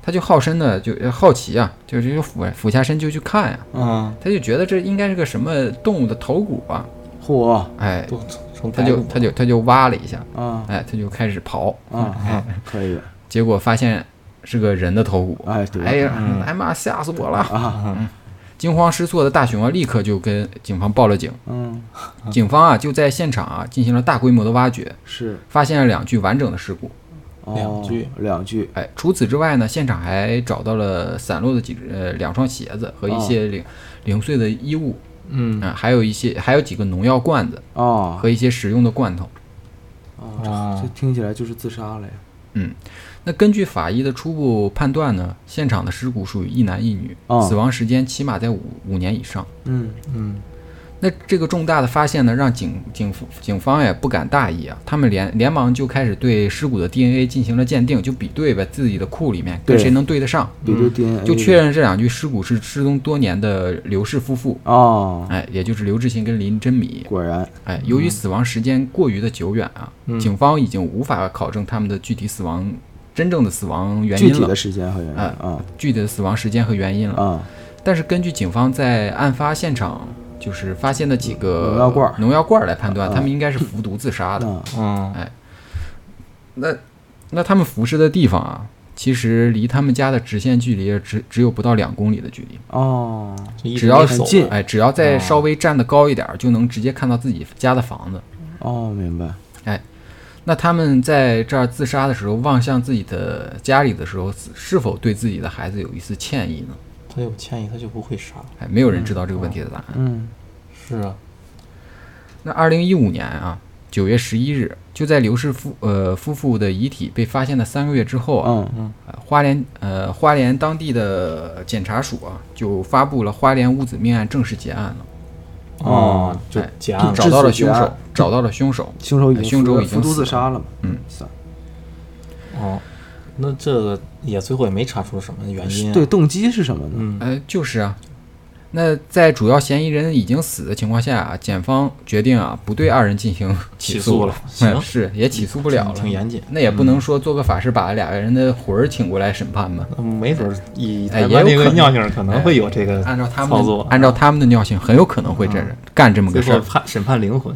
他就好身的就呃好奇啊，就就就俯俯下身就去看呀、嗯，他就觉得这应该是个什么动物的头骨啊，嚯哎，都从他白就骨他就他就挖了一下，啊哎，他就开始刨，啊，可以，结果发现是个人的头骨，哎对哎嗯呀嗯，哎妈，吓死我了！啊，惊慌失措的大熊啊，立刻就跟警方报了警，嗯，警方啊就在现场啊进行了大规模的挖掘，是发现了两具完整的尸骨。哦两句两句，哎，除此之外呢，现场还找到了散落的几只呃两双鞋子和一哦些零、零碎的衣物，嗯啊，还有一些还有几个农药罐子啊和一些食用的罐头。啊，啊这，听起来就是自杀了呀，嗯，那根据法医的初步判断呢，现场的尸骨属于一男一女，哦死亡时间起码在五五年以上。嗯嗯那这个重大的发现呢，让警警警方也不敢大意啊，他们连连忙就开始对尸骨的 DNA 进行了鉴定，就比对呗，自己的库里面跟对谁能对得上，比对 DNA 嗯就确认这两具尸骨是失踪多年的刘氏夫妇，啊，哎，也就是刘志勤跟林真米。果然哎，由嗯于死亡时间过于的久远啊，警方已经无法考证他们的具体死亡、真正的死亡原具因体了的，时间和原因哎啊具体的死亡时间和原因了。啊，但是根据警方在案发现场就是发现的几个农药罐儿农药罐儿来判断，啊他们应该是服毒自杀的。那嗯那那他们服尸的地方啊，其实离他们家的直线距离只只有不到两公里的距离。哦，这一直只要没是走近哎，只要再稍微站得高一点儿，就能直接看到自己家的房子。哦，明白，那他们在这儿自杀的时候，望向自己的家里的时候，是是否对自己的孩子有一丝歉意呢？他有歉意，他就不会杀。哎，没有人知道这个问题的答案。嗯是啊，那二零一五年啊，九月十一日，就在刘氏夫呃夫妇的遗体被发现的三个月之后啊，嗯呃花莲呃花莲当地的检察署啊，就发布了花莲五子命案正式结案了。哦，就哎结案就找了。到了致死凶结手案，找到了凶手，凶手已哎经凶手服已经服毒死自了杀了嘛？嗯算了，哦，那这个也最后也没查出什么原因。对，，动机是什么呢？嗯，哎，就是啊。那在主要嫌疑人已经死的情况下啊，检方决定啊不对二人进行起诉，诉了，行 是也起诉不了了，挺挺严嗯谨。那也不能说做个法事把俩人的魂儿请过来审判吧？嗯没准儿以哎台也湾有那可个能尿性儿可能会有这个按照他嗯操作嗯们，按照他们的尿性，很有可能会这样、干这么最个事后儿。判审判灵魂，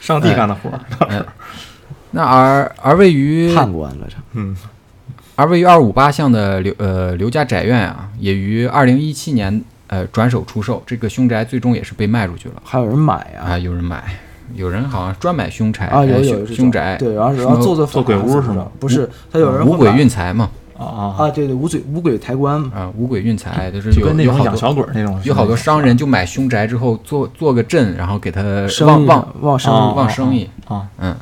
上帝哎干的活儿。那而而位于判官了这，嗯，而位于二五八巷的刘呃刘家宅院啊，也于二零一七年呃转手出售，这个凶宅最终也是被卖出去了还有人买呀？啊，有人买，有人好像专买凶宅啊，哎有有凶这种凶宅，对，然后什然后么做做做法鬼怎屋么是着吗不是，他有人五嗯会鬼把运财嘛，啊啊，啊，对对，五鬼五鬼抬棺嘛，啊，五鬼运财就是就有跟那有种好养多小鬼儿那种，有好多商人就买凶宅之后做做个阵，然后给他生呃旺意旺哦旺生啊意，旺生意，啊，嗯。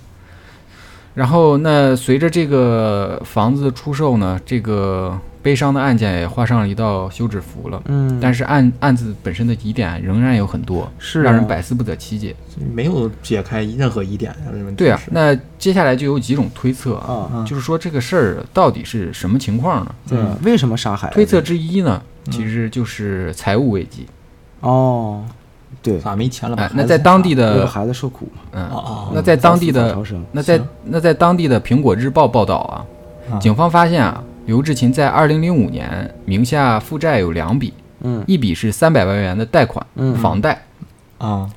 然后那随着这个房子出售呢，这个悲伤的案件也画上了一道休止符了。嗯，但是案案子本身的疑点仍然有很多，是让人啊百思不得其解。没有解开任何疑点呀，这问题对啊是，那接下来就有几种推测啊，啊，嗯就是说这个事儿到底是什么情况呢？对嗯，为什么杀孩子？推测之一呢，其实就是财务危机。哦，对，咋没钱了？哎把，那孩在子当地为了的，孩子受苦嘛，嗯哦哦，那在当地早的死早超生那在那在当地的《苹果日报》报道啊，啊警方发现啊，刘志勤在二零零五年名下负债有两笔，嗯一笔是三百万元的贷款，嗯房贷，啊，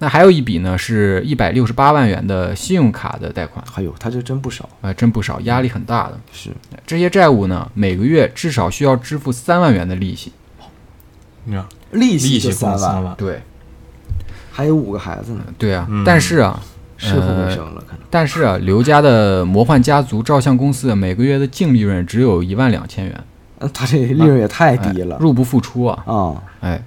那还有一笔呢是一百六十八万元的信用卡的贷款，还有他这真不少，啊、真不少，压力很大的。是这些债务呢，每个月至少需要支付三万元的利息。你看利利息就息共三三万，万，对，还有五个孩子呢，对啊，嗯但是啊，是会不会生了？可能但是啊，刘家的魔幻家族照相公司每个月的净利润只有一万两千元，嗯他这利润也太哎低了入不敷出啊。啊，哎，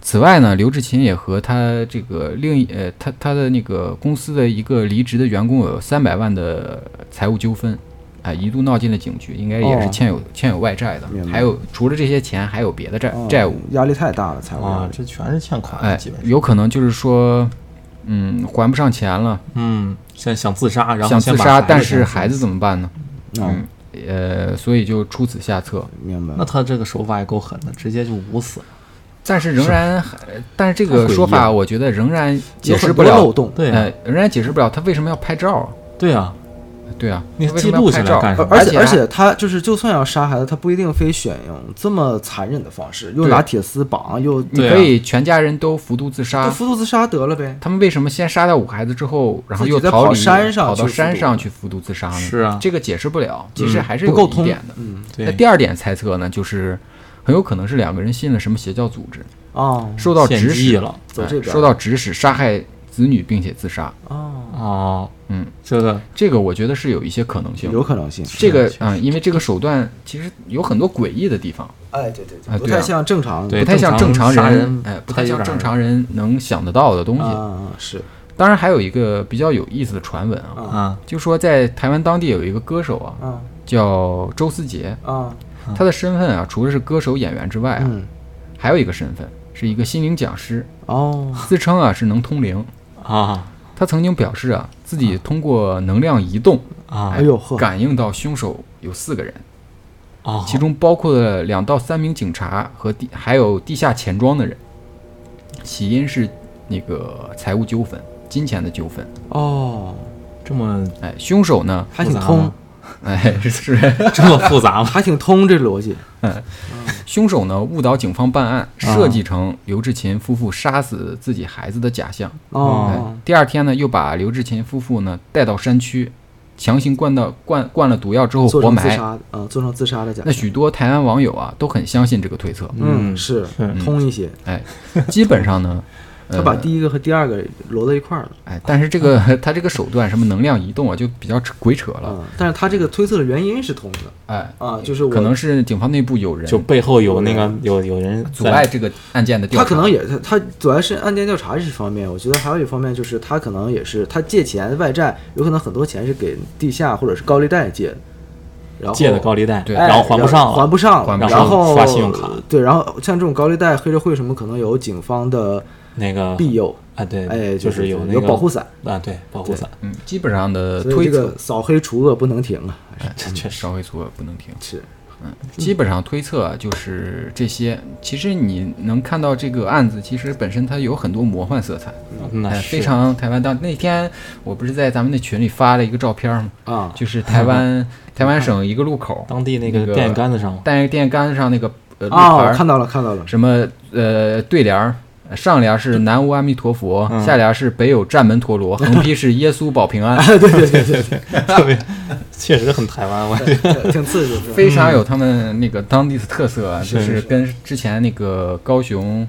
此外呢，刘志勤也和他这个另一呃，他他的那个公司的一个离职的员工有三百万的财务纠纷，哎，一度闹进了警局，应该也是哦欠有、欠有外债的明，白还有除了这些钱，还有别的债、啊哦债务，压力太大了，财务压啊，力这全是欠款哎基本，上。有可能就是说，嗯，还不上钱了，嗯，现在想自杀，然后想先自把杀，孩子但先是自孩子怎么办呢？啊，呃，所以就出此下策，明白那了，他这个手法也够狠的，直接就捂死了。但是仍然，呃但是这个太诡异啊说法了我觉得仍然解有释很不多漏了，洞，对啊呃，仍然解释不了他为什么要拍照啊。对啊，对啊，你他为什记么要录拍下来照干什而么而且而而且且他就是，就算要杀孩子，他不一定非选用这么残忍的方式，又对啊拿铁丝绑，又你对啊可以全家人都服毒自就杀。服毒自杀得了呗。他们为什么先杀掉五个孩子之后，然后自己又再逃跑离，山上跑到去服山毒上去服毒自杀呢？是啊这个解释不了，其实还是不有够疑通点的。嗯那对，第二点猜测呢，就是很有可能是两个人信了什么邪教组织，哦受到嗯献指祭使，了走哎这边受到指使杀害子女并且自杀。哦，哦，嗯，这个这个我觉得是有一些可能性的。有可能性。这个确实啊、因为这个手段其实有很多诡异的地方，哎，对对啊对，不对啊太像正常的。对不太像正常常杀人人，哎，不他太有像点正常人能想得到的东西。啊，是当然，还有一个比较有意思的传闻啊，啊啊，就说在台湾当地有一个歌手啊，啊叫周思杰，啊，他的身份啊，除了是歌手、演员之外啊，嗯，还有一个身份是一个心灵讲师，哦，自称啊是能通灵。啊他曾经表示啊，自己通过能量移动，啊哎呦呵，感应到凶手有四个人，哦啊！其中包括了两到三名警察和地还有地下钱庄的人。起因是那个财务纠纷、金钱的纠纷。哦，这么哎，凶手呢？ 还挺复杂通吗，哎，是这么复杂吗？还挺通这逻辑。凶手呢误导警方办案，啊设计成刘志勤夫妇杀死自己孩子的假象。哎哦，第二天呢，又把刘志勤夫妇呢带到山区，强行灌到灌灌了毒药之后做活成自埋。杀，啊，做成自杀的假那。许多台湾网友啊都很相信这个推测，嗯，是嗯通一些。哎，基本上呢，他把呃第一个和第二个摞到一块儿了。哎，但是这 个他这个手段什么能量移动啊，就比较扯鬼扯了，嗯，但是他这个推测的原因是通的哎，啊，就是我可能是警方内部有人就背后有那个有有人在阻碍这个案件的调查，他可能也他他主要是案件调查这方面，我觉得还有一方面就是他可能也是他借钱外债，有可能很多钱是给地下或者是高利贷借的，然后借的高利贷，对哎然后还不上了，还不上还了，不上然后刷信用卡对，然后像这种高利贷、黑社会什么，可能有警方的那个庇佑，啊，对，哎，就就是有那有个保护伞，啊，对，保护伞，嗯，基本上的所以推这测哎个，扫黑除恶不能停啊，这确实稍微粗了不能停。是嗯基本上推测啊，就是这些。其实你能看到这个案子，其实本身它有很多魔幻色彩，那哎，是非常台湾当。那天我不是在咱们那群里发了一个照片吗？啊，就是台 湾台湾省一个路口，哦当地那那个个电线杆子上但是电线杆上那个呃路牌啊，儿我，看到了，看到了， 什么呃对联儿，上联儿是南无阿弥陀佛，嗯下联儿是北有战门陀螺，横批是耶稣保平安，特别，确实很台湾，我觉得挺刺激的，非常有他们那个当地的特色啊，就是是跟之前那个高雄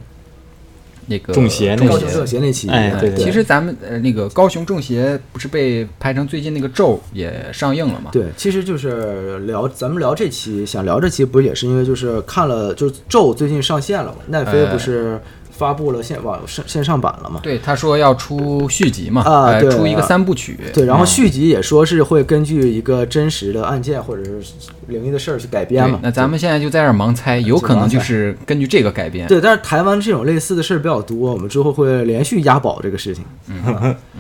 那个中邪那高个雄政协那期，哎哎对对其实咱们呃那个高雄政协不是被拍成最近那个咒也上映了嘛？对，其实就是聊咱们聊这期，想聊这期不也是因为就是看了就是咒最近上线了嘛，奈哎飞不是发布了线网线线上版了嘛？对，他说要出续集嘛，啊呃对出一个啊三部曲。对，然后续集也说是会根据一个真实的案件或者是灵异的事儿去改编嘛对。那咱们现在就在这儿盲猜，有可能就是根据这个改编。对，但是台湾这种类似的事儿比较多，我们之后会连续押宝这个事情，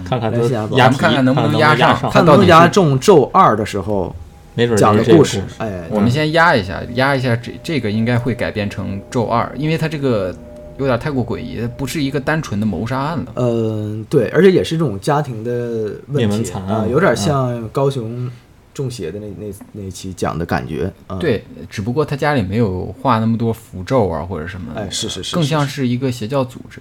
看看都嗯来一下吧压咱们看看能不能压压上它上，看到能底是押中《咒二》的时候没准讲就的是这个故故事。哎，我们先压一下，压一下这这个应该会改编成咒二，因为它这个有点太过诡异，不是一个单纯的谋杀案了。嗯，对，而且也是这种家庭的灭问门题惨啊、案嗯有点像高雄中邪的那那那一期讲的感觉嗯啊。，对，只不过他家里没有画那么多符咒啊或者什么，哎，是是是，更是像是一个邪教组织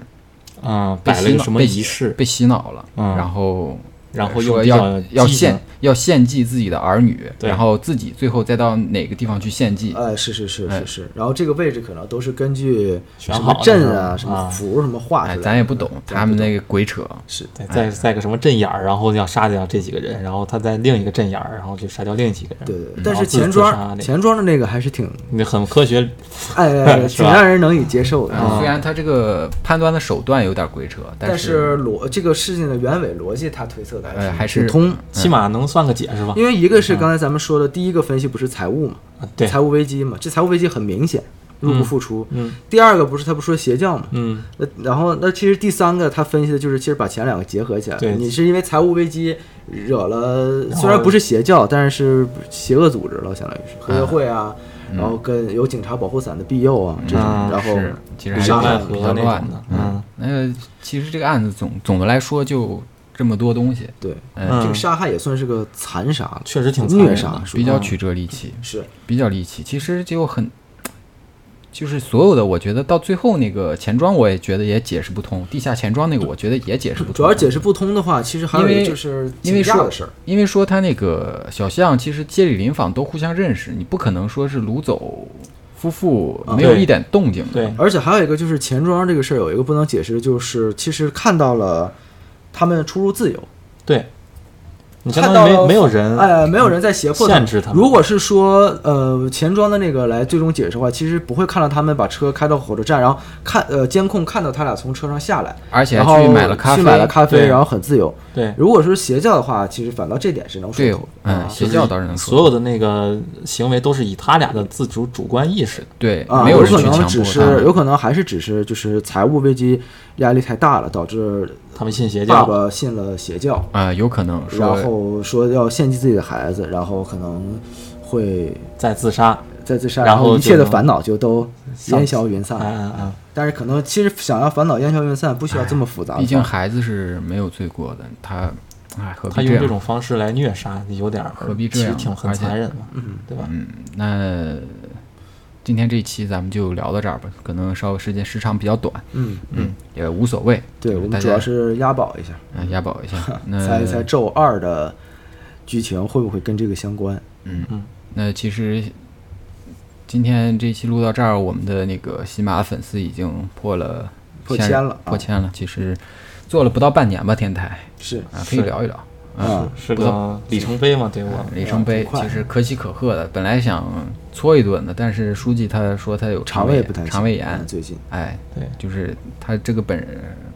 啊，被摆了洗一个脑什么被仪式，被洗脑了，嗯然后然后又说比较要要激情献要献祭自己的儿女，对啊然后自己最后再到哪个地方去献祭。哎，是是是哎是是，然后这个位置可能都是根据选什好么的阵是吧啊、什么啊符、什么画哎，出来咱也不懂的他们那个鬼扯，是对，再再个什么阵眼儿，然后要杀掉这几个人，然后他在另一个阵眼儿，然后去杀掉另几个人。对对对嗯，但然后是自钱自杀庄那个钱庄的那个还是 挺你很科学，哎哎哎是挺吧让人能以接受的。嗯虽然他这个判断的手段有点鬼扯，但是是逻这个事情的原委逻辑，他推测的呃还还是挺通的，起码能算个解释吧？嗯因为一个是刚才咱们说的第一个分析不是财务嘛，啊嗯对，财务危机嘛，这财务危机很明显，入不敷出。嗯第二个不是他不说邪教嘛，嗯，那然后那其实第三个他分析的就是其实把前两个结合起来，对你是因为财务危机惹了，然后虽然不是邪教，但是邪恶组织了，相当于是嗯黑社会啊，然后跟有警察保护伞的庇佑啊这种，嗯然后是其实还是杀杀害害比和较那乱种的，嗯，那其实这个案子总总的来说就这么多东西，对嗯哎这个杀害也算是个残杀，确实挺残忍虐的杀，属于比较曲折离奇，是比较离奇。其实就很，就是所有的，我觉得到最后那个钱庄，我也觉得也解释不通。地下钱庄那个，我觉得也解释不通。主要解释不通的话，其实还有一个就是因为请假说的事儿，因为说他那个小巷，其实街里邻坊都互相认识，你不可能说是掳走夫妇啊没有对一点动静的。对，而且还有一个就是钱庄这个事儿有一个不能解释的就是，其实看到了他们出入自由，对，你相看当于到没没有人，哎，没有人在胁迫限制他们如果是说呃钱庄的那个来最终解释的话，其实不会看到他们把车开到火车站，然后看呃监控看到他俩从车上下来，而且然还后去买了咖啡，去买了咖啡，对然后很自由。对，如果是邪教的话，其实反倒这点是能说对通的。，啊嗯，邪教倒是能所有说，的那个行为都是以他俩的自主主观意识，对，啊，没有人可去强能迫只是他们有可能还是只是就是财务危机压力太大了，导致他们信邪爸教，爸信了邪教，啊，有可能然说后说要献祭自己的孩子，然后可能会再自杀，再自杀，然然后一切就的能烦恼就都上烟消云嗯啊散。嗯嗯，但是可能其实想要烦恼烟消云散，不需要这么复杂的方法。毕竟孩子是没有罪过的，他，哎，何他必这用样？这种方式来虐杀，你有点儿何必这其实样挺很而且残忍的，对吧？嗯，那今天这一期咱们就聊到这儿吧，可能稍微时间时长比较短，嗯，嗯，也无所谓。对我大们家主要是押宝一下，嗯押宝一下，那猜一猜咒二的剧情会不会跟这个相关？那其实今天这一期录到这儿，我们的那个喜马粉丝已经破了破千了啊破千了。其实做了不到半年吧，天台是啊，可以是聊一聊。啊，是不哎个里程碑嘛，对我，里程碑呃挺快其实可喜可贺的，本来想搓一顿的，但是书记他说他有肠胃不太行肠胃啊炎，最近哎，对，就是他这个本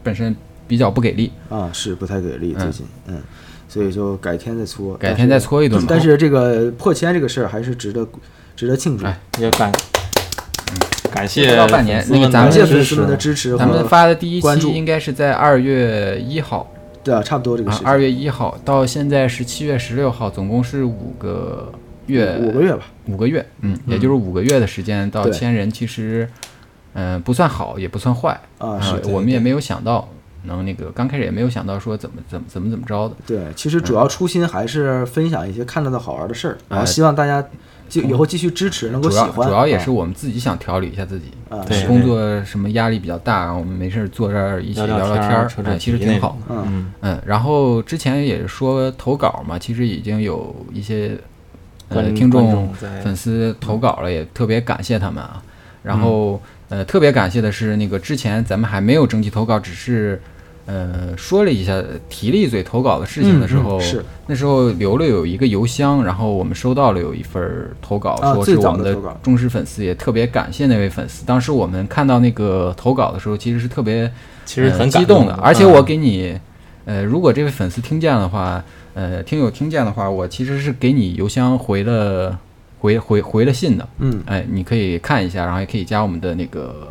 本身比较不给力，啊是不太给力，最近嗯，所以就改天再搓，改天再搓一顿吧。但是这个破千这个事儿还是值得值得庆祝。哎，也感感谢不嗯到半年粉丝们那个咱感们谢的嗯粉支丝持们的支持咱们和发的第一关期注应该是在二月一号对啊，差不多这个时啊，间，二月一号到现在是七月十六号，总共是五个月，五个月吧，五个月，嗯，也就是五个月的时间到对千人，其实，嗯、不算好，也不算坏啊呃是对我们也没有想到能那个，刚开始也没有想到说怎么怎么怎么怎么着的，对，其实主要初心还是分享一些看到的好玩的事儿，然后哎希望大家就以后继续支持，能够主喜要欢。主要也啊是我们自己想调理一下自己，啊，对工作什么压力比较大，我们没事儿坐这儿一起聊聊聊天天儿儿扯，扯哎其实皮挺那好种的。嗯，嗯，然后之前也是说投稿嘛，其实已经有一些呃观听观众众在嗯粉丝投稿了，也特别感谢他们啊。然后呃，特别感谢的是那个之前咱们还没有征集投稿，只是呃说了一下提了一嘴投稿的事情的时候，嗯是那时候留了有一个邮箱，然后我们收到了有一份儿投稿，啊说最是我早们的的投稿忠实粉丝，也特别感谢那位粉丝。当时我们看到那个投稿的时候，其实是特别。其实呃很激感动的。而且我嗯给你，呃，如果这位粉丝听见的话，呃，听友听见的话，我其实是给你邮箱回了回回回了信的。嗯，哎，你可以看一下，然后也可以加我们的那个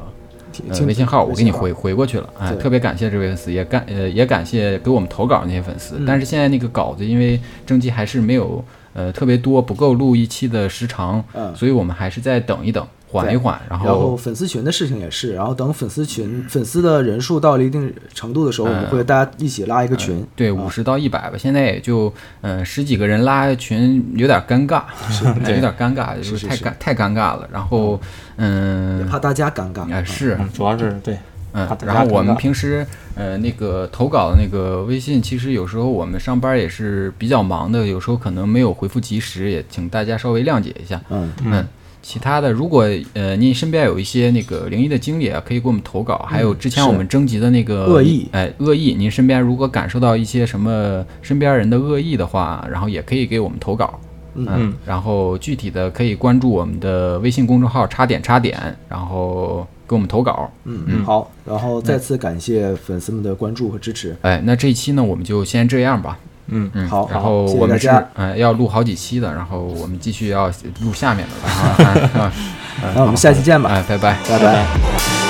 挺呃挺微信号，我给你号回回过去了。哎，对特别感谢这位粉丝，也感呃也感谢给我们投稿那些粉丝。嗯但是现在那个稿子因为征集还是没有呃特别多，不够录一期的时长，嗯所以我们还是再等一等，缓一对缓，然然后后粉丝群的事情也是，然后等粉丝群粉丝的人数到了一定程度的时候，我嗯们会大家一起拉一个群。对，五十到一百吧，现在也就嗯、呃十几个人拉群，有点尴尬， 哎有点尴尬，就是是太是尴太尴尬了。然后也嗯怕，大家尴尬，啊哎是嗯，主要是对，嗯怕，大家然后我尴们尬平时呃那个投稿的那个微信，其实有时候我们上班也是比较忙的，有时候可能没有回复及时，也请大家稍微谅解一下。嗯，嗯，其他的，如果呃您身边有一些那个灵异的经历啊，可以给我们投稿。还有之前我们征集的那个嗯恶意哎，恶意，您身边如果感受到一些什么身边人的恶意的话，然后也可以给我们投稿。嗯然后具体的可以关注我们的微信公众号“叉点叉点”，然后给我们投稿。嗯，好，然后再次感谢粉丝们的关注和支持。哎，那这一期呢，我们就先这样吧。嗯，嗯，好然后好谢谢我们大是家呃要录好几期的，然后我们 继续要录下面的了啊。啊啊那我们下期见吧，哎，拜拜。拜拜。拜拜